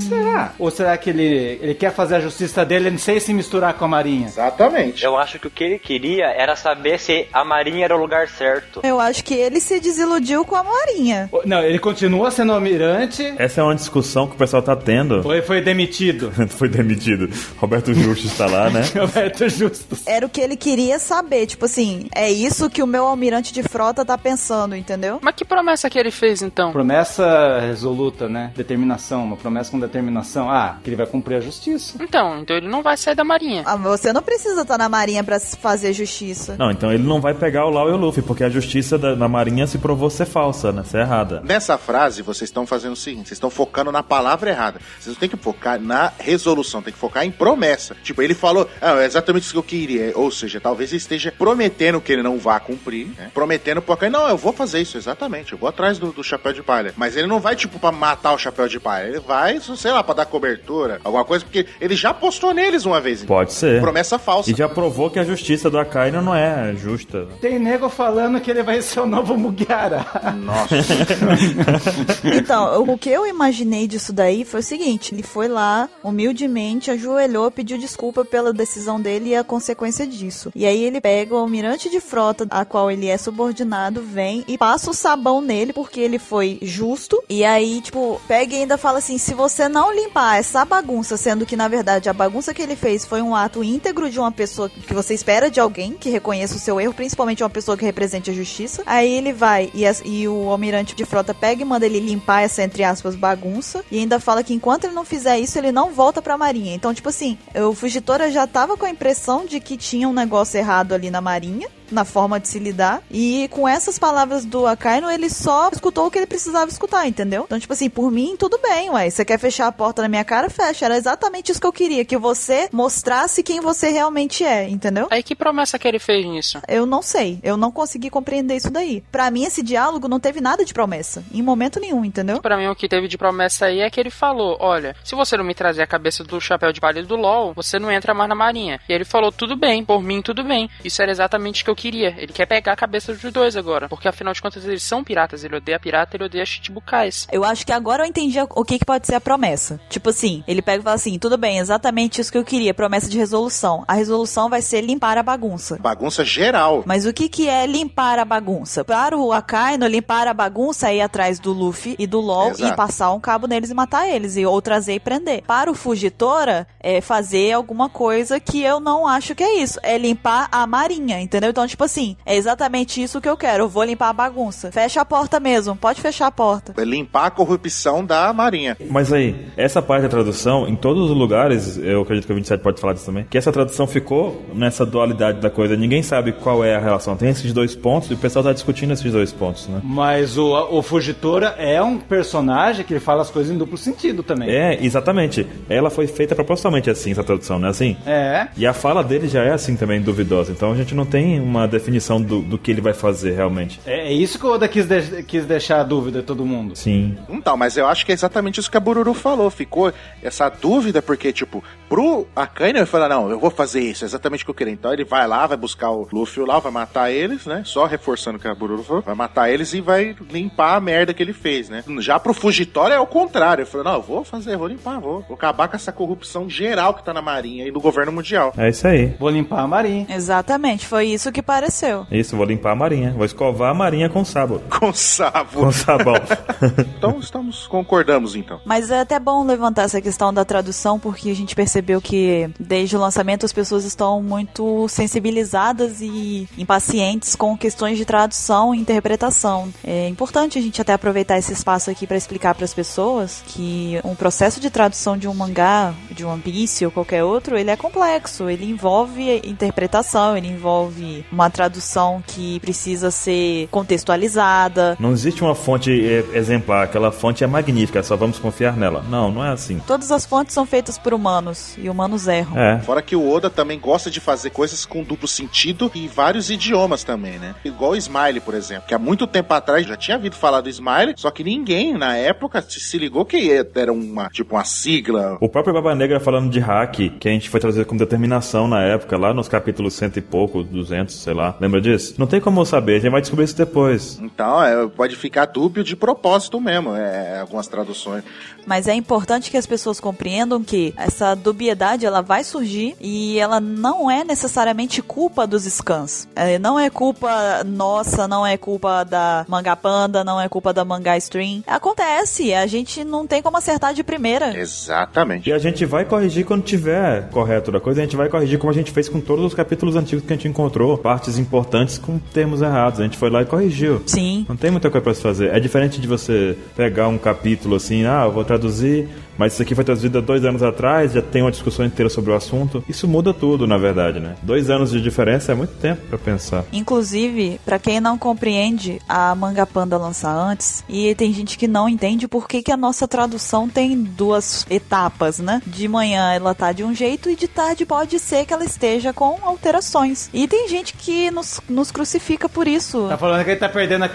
[SPEAKER 5] Será? Ou será que ele, ele quer fazer a justiça dele sem se misturar com a marinha?
[SPEAKER 4] Exatamente.
[SPEAKER 8] Eu acho que o que ele queria era saber se a marinha era o lugar certo.
[SPEAKER 1] Eu acho que ele se desiludiu com a Marinha.
[SPEAKER 5] Ou- Não, ele continua sendo almirante
[SPEAKER 2] Essa é uma discussão que o pessoal tá tendo.
[SPEAKER 5] ou ele foi demitido?
[SPEAKER 2] Foi demitido. Roberto Justo está lá, né?
[SPEAKER 5] Roberto Justus.
[SPEAKER 1] Era o que ele queria saber. Tipo assim, é isso que o meu almirante de frota tá pensando, entendeu?
[SPEAKER 3] Mas que promessa que ele fez então?
[SPEAKER 5] Promessa resoluta, né? Determinação, uma promessa com informação? Ah, que ele vai cumprir a justiça.
[SPEAKER 3] Então, então ele não vai sair da marinha.
[SPEAKER 1] Ah, você não precisa estar na marinha pra se fazer justiça.
[SPEAKER 2] Não, então ele não vai pegar o Lau e o Luffy, porque a justiça da, na Marinha se provou ser falsa, né? Ser errada.
[SPEAKER 4] Nessa frase, vocês estão fazendo o seguinte: vocês estão focando na palavra errada. Vocês não têm que focar na resolução, tem que focar em promessa. Tipo, ele falou, ah, é exatamente isso que eu queria. Ou seja, talvez ele esteja prometendo que ele não vá cumprir, né? Prometendo pro Akainu, não, eu vou fazer isso, exatamente. Eu vou atrás do, do chapéu de palha. Mas ele não vai, tipo, pra matar o chapéu de palha. Ele vai, sei lá, pra dar cobertura, alguma coisa, porque ele já apostou neles uma vez. então.
[SPEAKER 2] Pode ser.
[SPEAKER 4] Promessa é falsa.
[SPEAKER 2] E já provou que a justiça do Akainu não é justa.
[SPEAKER 5] Tem nego falando que ele vai ser o novo Mugiara.
[SPEAKER 4] Nossa.
[SPEAKER 1] Então, o que eu imaginei disso daí foi o seguinte: ele foi lá, humildemente, ajoelhou, pediu desculpa pela decisão dele e a consequência disso. E aí ele pega o almirante de frota, a qual ele é subordinado, vem e passa o sabão nele, porque ele foi justo. E aí, tipo, pega e ainda fala assim: se você não limpar essa bagunça, sendo que na verdade a bagunça que ele fez foi um ato íntegro de uma pessoa que você espera de alguém que reconheça o seu erro, principalmente uma pessoa que represente a justiça. Aí ele vai e, as- e o almirante de frota pega e manda ele limpar essa, entre aspas, bagunça. E ainda fala que enquanto ele não fizer isso, ele não volta pra marinha. Então, tipo assim, o Fugitora já tava com a impressão de que tinha um negócio errado ali na marinha. Na forma de se lidar. E com essas palavras do Akaino, ele só escutou o que ele precisava escutar, entendeu? Então, tipo assim, por mim, tudo bem, ué. Você quer fechar a porta na minha cara? Fecha. Era exatamente isso que eu queria. Que você mostrasse quem você realmente é, entendeu?
[SPEAKER 3] Aí que promessa que ele fez nisso?
[SPEAKER 1] Eu não sei, eu não consegui compreender isso daí. Pra mim esse diálogo não teve nada de promessa, em momento nenhum, entendeu?
[SPEAKER 3] Pra mim, o que teve de promessa aí é que ele falou: Olha, se você não me trazer a cabeça do chapéu de palha do LOL, você não entra mais na marinha. E ele falou: Tudo bem, por mim, tudo bem. Isso era exatamente o que eu queria. Ele quer pegar a cabeça dos dois agora. Porque afinal de contas, eles são piratas. Ele odeia pirata, ele odeia chichibukais.
[SPEAKER 1] Eu acho que agora eu entendi a- o que, que pode ser a promessa. Tipo assim, ele pega e fala assim: tudo bem, exatamente isso que eu queria, promessa de resolução. A resolução vai ser limpar a bagunça.
[SPEAKER 4] Bagunça geral.
[SPEAKER 1] Mas o que, que é limpar a bagunça? Para o Akaino, limpar a bagunça é ir atrás do Luffy e do LOL
[SPEAKER 4] Exato.
[SPEAKER 1] e passar um cabo neles e matar eles, e, ou trazer e prender. Para o Fugitora, é fazer alguma coisa que eu não acho que é isso. É limpar a marinha, entendeu? Então, tipo assim, é exatamente isso que eu quero. Eu vou limpar a bagunça. Fecha a porta mesmo, pode fechar a porta.
[SPEAKER 4] é Limpar a corrupção da Marinha.
[SPEAKER 2] Mas aí, essa parte da tradução, em todos os lugares, eu acredito que o 27 pode falar disso também, que essa tradução ficou nessa dualidade da coisa. Ninguém sabe qual é a relação. Tem esses dois pontos e o pessoal tá discutindo esses dois pontos, né?
[SPEAKER 5] Mas o, o Fugitora é um personagem que ele fala as coisas em duplo sentido também.
[SPEAKER 2] É, exatamente. Ela foi feita propositalmente assim, essa tradução, né? Assim.
[SPEAKER 5] É.
[SPEAKER 2] E a fala dele já é assim também, duvidosa. Então a gente não tem uma definição do, do que ele vai fazer realmente.
[SPEAKER 5] É isso que o Oda quis, de- quis deixar a dúvida de todo mundo.
[SPEAKER 2] Sim.
[SPEAKER 4] Então, mas eu acho que é exatamente isso que a Bururu falou. Ficou essa dúvida, porque, tipo, pro Akainu ele fala, não, eu vou fazer isso, é exatamente o que eu queria. Então ele vai lá, vai buscar o Luffy lá, vai matar eles, né? Só reforçando o que a Bururu falou, vai matar eles e vai limpar a merda que ele fez, né? Já pro Fugitório é o contrário. Ele falou, não, eu vou fazer, vou limpar, vou. Vou acabar com essa corrupção geral que tá na Marinha e no governo mundial.
[SPEAKER 2] É isso aí. É
[SPEAKER 5] Vou limpar a marinha.
[SPEAKER 1] Exatamente, foi isso que pareceu.
[SPEAKER 2] Isso, vou limpar a marinha. Vou escovar a marinha com sábado.
[SPEAKER 4] Com sabo.
[SPEAKER 2] Com sabão.
[SPEAKER 4] Então estamos, concordamos então.
[SPEAKER 1] Mas é até bom levantar essa questão da tradução, porque a gente percebeu que desde o lançamento as pessoas estão muito sensibilizadas e impacientes com questões de tradução e interpretação. É importante a gente até aproveitar esse espaço aqui para explicar para as pessoas que um processo de tradução de um mangá, de um One Piece ou qualquer outro, ele é complexo, ele envolve interpretação, ele envolve uma tradução que precisa ser contextualizada,
[SPEAKER 2] não existe uma fonte eh, exemplar. Aquela fonte é magnífica, só vamos confiar nela. Não, não é assim.
[SPEAKER 1] Todas as fontes são feitas por humanos e humanos erram.
[SPEAKER 2] É.
[SPEAKER 4] Fora que o Oda também gosta de fazer coisas com duplo sentido e vários idiomas também, né? Igual o Smile, por exemplo, que há muito tempo atrás já tinha havido falar do Smile, só que ninguém na época se- se ligou que era uma, tipo, uma sigla.
[SPEAKER 2] O próprio Baba Negra falando de hack, que a gente foi trazer como determinação na época, lá nos capítulos cento e pouco, 200, sei lá. Lembra disso? Não tem como eu saber, a gente vai descobrir isso depois.
[SPEAKER 4] Então, é, pode ficar dúbio de propósito mesmo, é, algumas traduções.
[SPEAKER 1] Mas é importante que as pessoas compreendam que essa dubiedade ela vai surgir e ela não é necessariamente culpa dos scans. É, não é culpa nossa, não é culpa da manga panda, não é culpa da manga stream. Acontece, a gente não tem como acertar de
[SPEAKER 4] É.
[SPEAKER 1] primeira.
[SPEAKER 4] Exatamente.
[SPEAKER 2] E a gente vai corrigir quando tiver correto da coisa, a gente vai corrigir como a gente fez com todos os capítulos antigos que a gente encontrou, partes importantes com termos errados. A gente foi lá e corrigiu.
[SPEAKER 1] Sim.
[SPEAKER 2] Não tem muita coisa pra se fazer. É diferente de você pegar um capítulo assim, ah, eu vou traduzir Mas isso aqui foi trazido há dois anos atrás, já tem uma discussão inteira sobre o assunto. Isso muda tudo, na verdade, né? Dois anos de diferença é muito tempo pra pensar.
[SPEAKER 1] Inclusive, pra quem não compreende, a Manga Panda lança antes. E tem gente que não entende por que, que a nossa tradução tem duas etapas, né? De manhã ela tá de um jeito e de tarde pode ser que ela esteja com alterações. E tem gente que nos, nos crucifica por isso.
[SPEAKER 5] Tá falando que ele tá perdendo a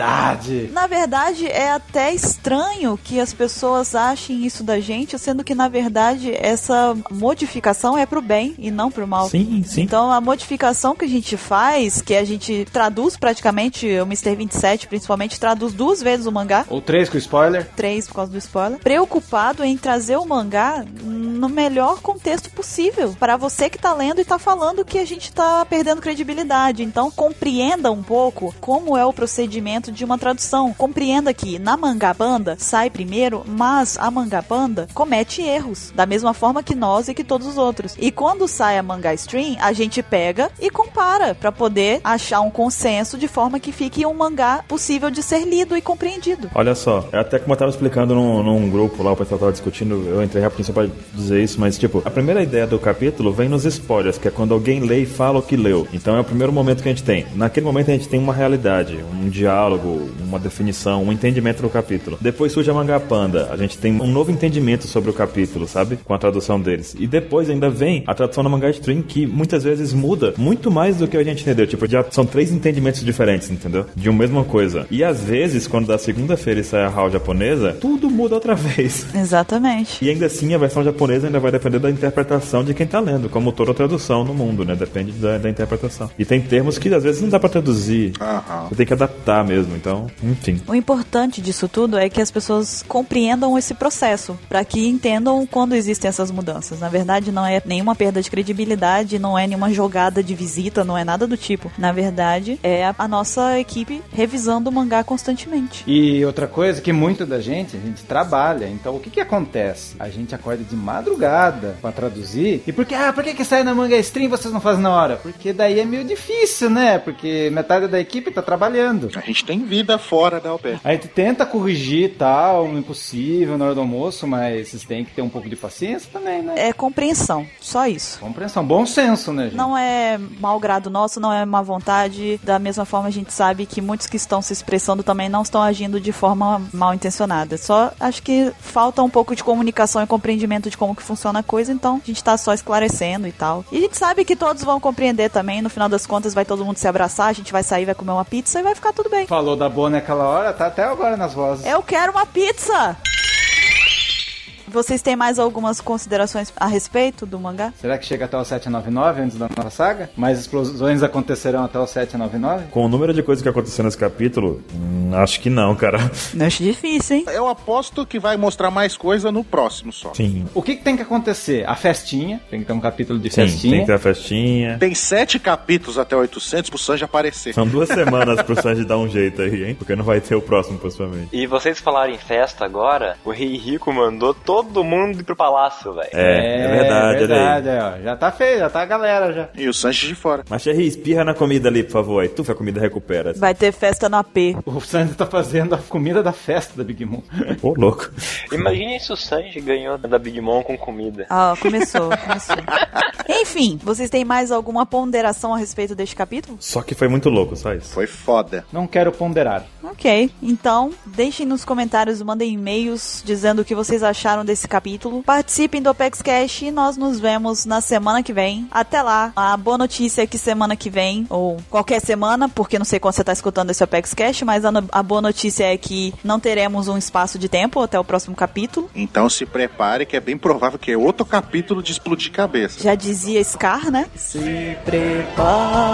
[SPEAKER 5] credibilidade.
[SPEAKER 1] Na verdade, é até estranho que as pessoas achem isso da gente, sendo que na verdade essa modificação é pro bem e não pro mal.
[SPEAKER 2] Sim, sim.
[SPEAKER 1] Então a modificação que a gente faz, que a gente traduz praticamente, o Mr. 27 principalmente, traduz duas vezes o mangá,
[SPEAKER 5] Ou três com spoiler.
[SPEAKER 1] três por causa do spoiler, preocupado em trazer o mangá no melhor contexto possível, para você que tá lendo e tá falando que a gente tá perdendo credibilidade. Então compreenda um pouco como é o procedimento de uma tradução. Compreenda que na mangabanda sai primeiro, mas a mangabanda comete erros, da mesma forma que nós e que todos os outros. E quando sai a manga stream, a gente pega e compara para poder achar um consenso de forma que fique um mangá possível de ser lido e compreendido.
[SPEAKER 2] Olha só, é até como eu tava explicando num, num grupo lá, o pessoal tava discutindo, eu entrei rapidinho só pra dizer isso, mas tipo, a primeira ideia do capítulo vem nos spoilers, que é quando alguém lê e fala o que leu. Então é o primeiro momento que a gente tem. Naquele momento a gente tem uma realidade, um diálogo, uma definição, um entendimento do capítulo. Depois surge a manga panda, a gente tem um novo entendimento sobre o capítulo, sabe? Com a tradução deles. E depois ainda vem a tradução da manga stream, que muitas vezes muda muito mais do que a gente entendeu. Tipo, já são três entendimentos diferentes, entendeu? De uma mesma coisa. E às vezes, quando da segunda-feira sai a HAL japonesa, tudo muda outra vez.
[SPEAKER 1] Exatamente.
[SPEAKER 2] E ainda assim, a versão japonesa ainda vai depender da interpretação de quem tá lendo, como toda tradução no mundo, né? Depende da, da interpretação. E tem termos que às vezes não dá pra traduzir.
[SPEAKER 4] Aham.
[SPEAKER 2] Você tem que adaptar mesmo, então, enfim.
[SPEAKER 1] O importante disso tudo é que as pessoas compreendam esse processo, para que entendam quando existem essas mudanças. Na verdade, não é nenhuma perda de credibilidade, não é nenhuma jogada de visita, não é nada do tipo. Na verdade, é a, a nossa equipe revisando o mangá constantemente.
[SPEAKER 5] E outra coisa que muito da gente, a gente trabalha. Então o que que acontece? A gente acorda de madrugada pra traduzir. E por que, ah, por que que sai na manga stream e vocês não fazem na hora? Porque daí é meio difícil, né? Porque metade da equipe tá trabalhando.
[SPEAKER 4] A gente tem vida fora da UPE.
[SPEAKER 5] A gente tenta corrigir e tal, o impossível na hora do almoço, mas vocês têm que ter um pouco de paciência também, né?
[SPEAKER 1] É compreensão, só isso.
[SPEAKER 5] Compreensão, bom senso, né, gente?
[SPEAKER 1] Não é mau grado nosso, não é má vontade. Da mesma forma, a gente sabe que muitos que estão se expressando também não estão agindo de forma mal intencionada. Só acho que falta um pouco de comunicação e compreendimento de como que funciona a coisa, então a gente tá só esclarecendo e tal. E a gente sabe que todos vão compreender também, no final das contas vai todo mundo se abraçar, a gente vai sair, vai comer uma pizza e vai ficar tudo bem.
[SPEAKER 5] Falou da Bona aquela hora, tá até agora nas vozes.
[SPEAKER 1] Eu quero uma pizza! Vocês têm mais algumas considerações a respeito do mangá?
[SPEAKER 5] Será que chega até o 799 antes da nova saga? Mais explosões acontecerão até o 799?
[SPEAKER 2] Com o número de coisas que aconteceu nesse capítulo, hum, acho que não, cara.
[SPEAKER 1] Acho difícil, hein?
[SPEAKER 4] Eu aposto que vai mostrar mais coisa no próximo só.
[SPEAKER 2] Sim.
[SPEAKER 5] O que, que tem que acontecer? A festinha, tem que ter um capítulo de
[SPEAKER 2] Sim, tem
[SPEAKER 5] festinha.
[SPEAKER 2] que ter a festinha.
[SPEAKER 4] Tem sete capítulos até 800 pro Sanji aparecer.
[SPEAKER 2] São duas semanas pro Sanji dar um jeito aí, hein? Porque não vai ter o próximo, possivelmente.
[SPEAKER 8] E vocês falaram em festa agora, o Rei Rico mandou todo mundo ir pro palácio, velho.
[SPEAKER 2] É, é, verdade, olha aí.
[SPEAKER 5] verdade, é, ó. Já tá feio, já tá a galera já.
[SPEAKER 4] E o Sanji de fora.
[SPEAKER 2] Mas Cherry, espirra na comida ali, por favor. Aí tu faz a comida e recupera. assim.
[SPEAKER 1] Vai ter festa na P.
[SPEAKER 5] O Sandy tá fazendo a comida da festa da Big Mom.
[SPEAKER 2] Ô, louco.
[SPEAKER 8] Imagina se o Sanji ganhou da Big Mom com comida.
[SPEAKER 1] Ah, começou, começou. Enfim, vocês têm mais alguma ponderação a respeito deste capítulo?
[SPEAKER 2] Só que foi muito louco, só isso.
[SPEAKER 4] Foi foda.
[SPEAKER 5] Não quero ponderar.
[SPEAKER 1] Ok, então deixem nos comentários, mandem e-mails dizendo o que vocês acharam desse capítulo. Participem do Apex Cash e nós nos vemos na semana que vem. Até lá, a boa notícia é que semana que vem, ou qualquer semana, porque não sei quando você está escutando esse Apex Cash, mas a, no- a boa notícia é que não teremos um espaço de tempo até o próximo capítulo.
[SPEAKER 4] Então se prepare que é bem provável que é outro capítulo de explodir cabeça.
[SPEAKER 1] Já dizia Scar, né? Se prepara.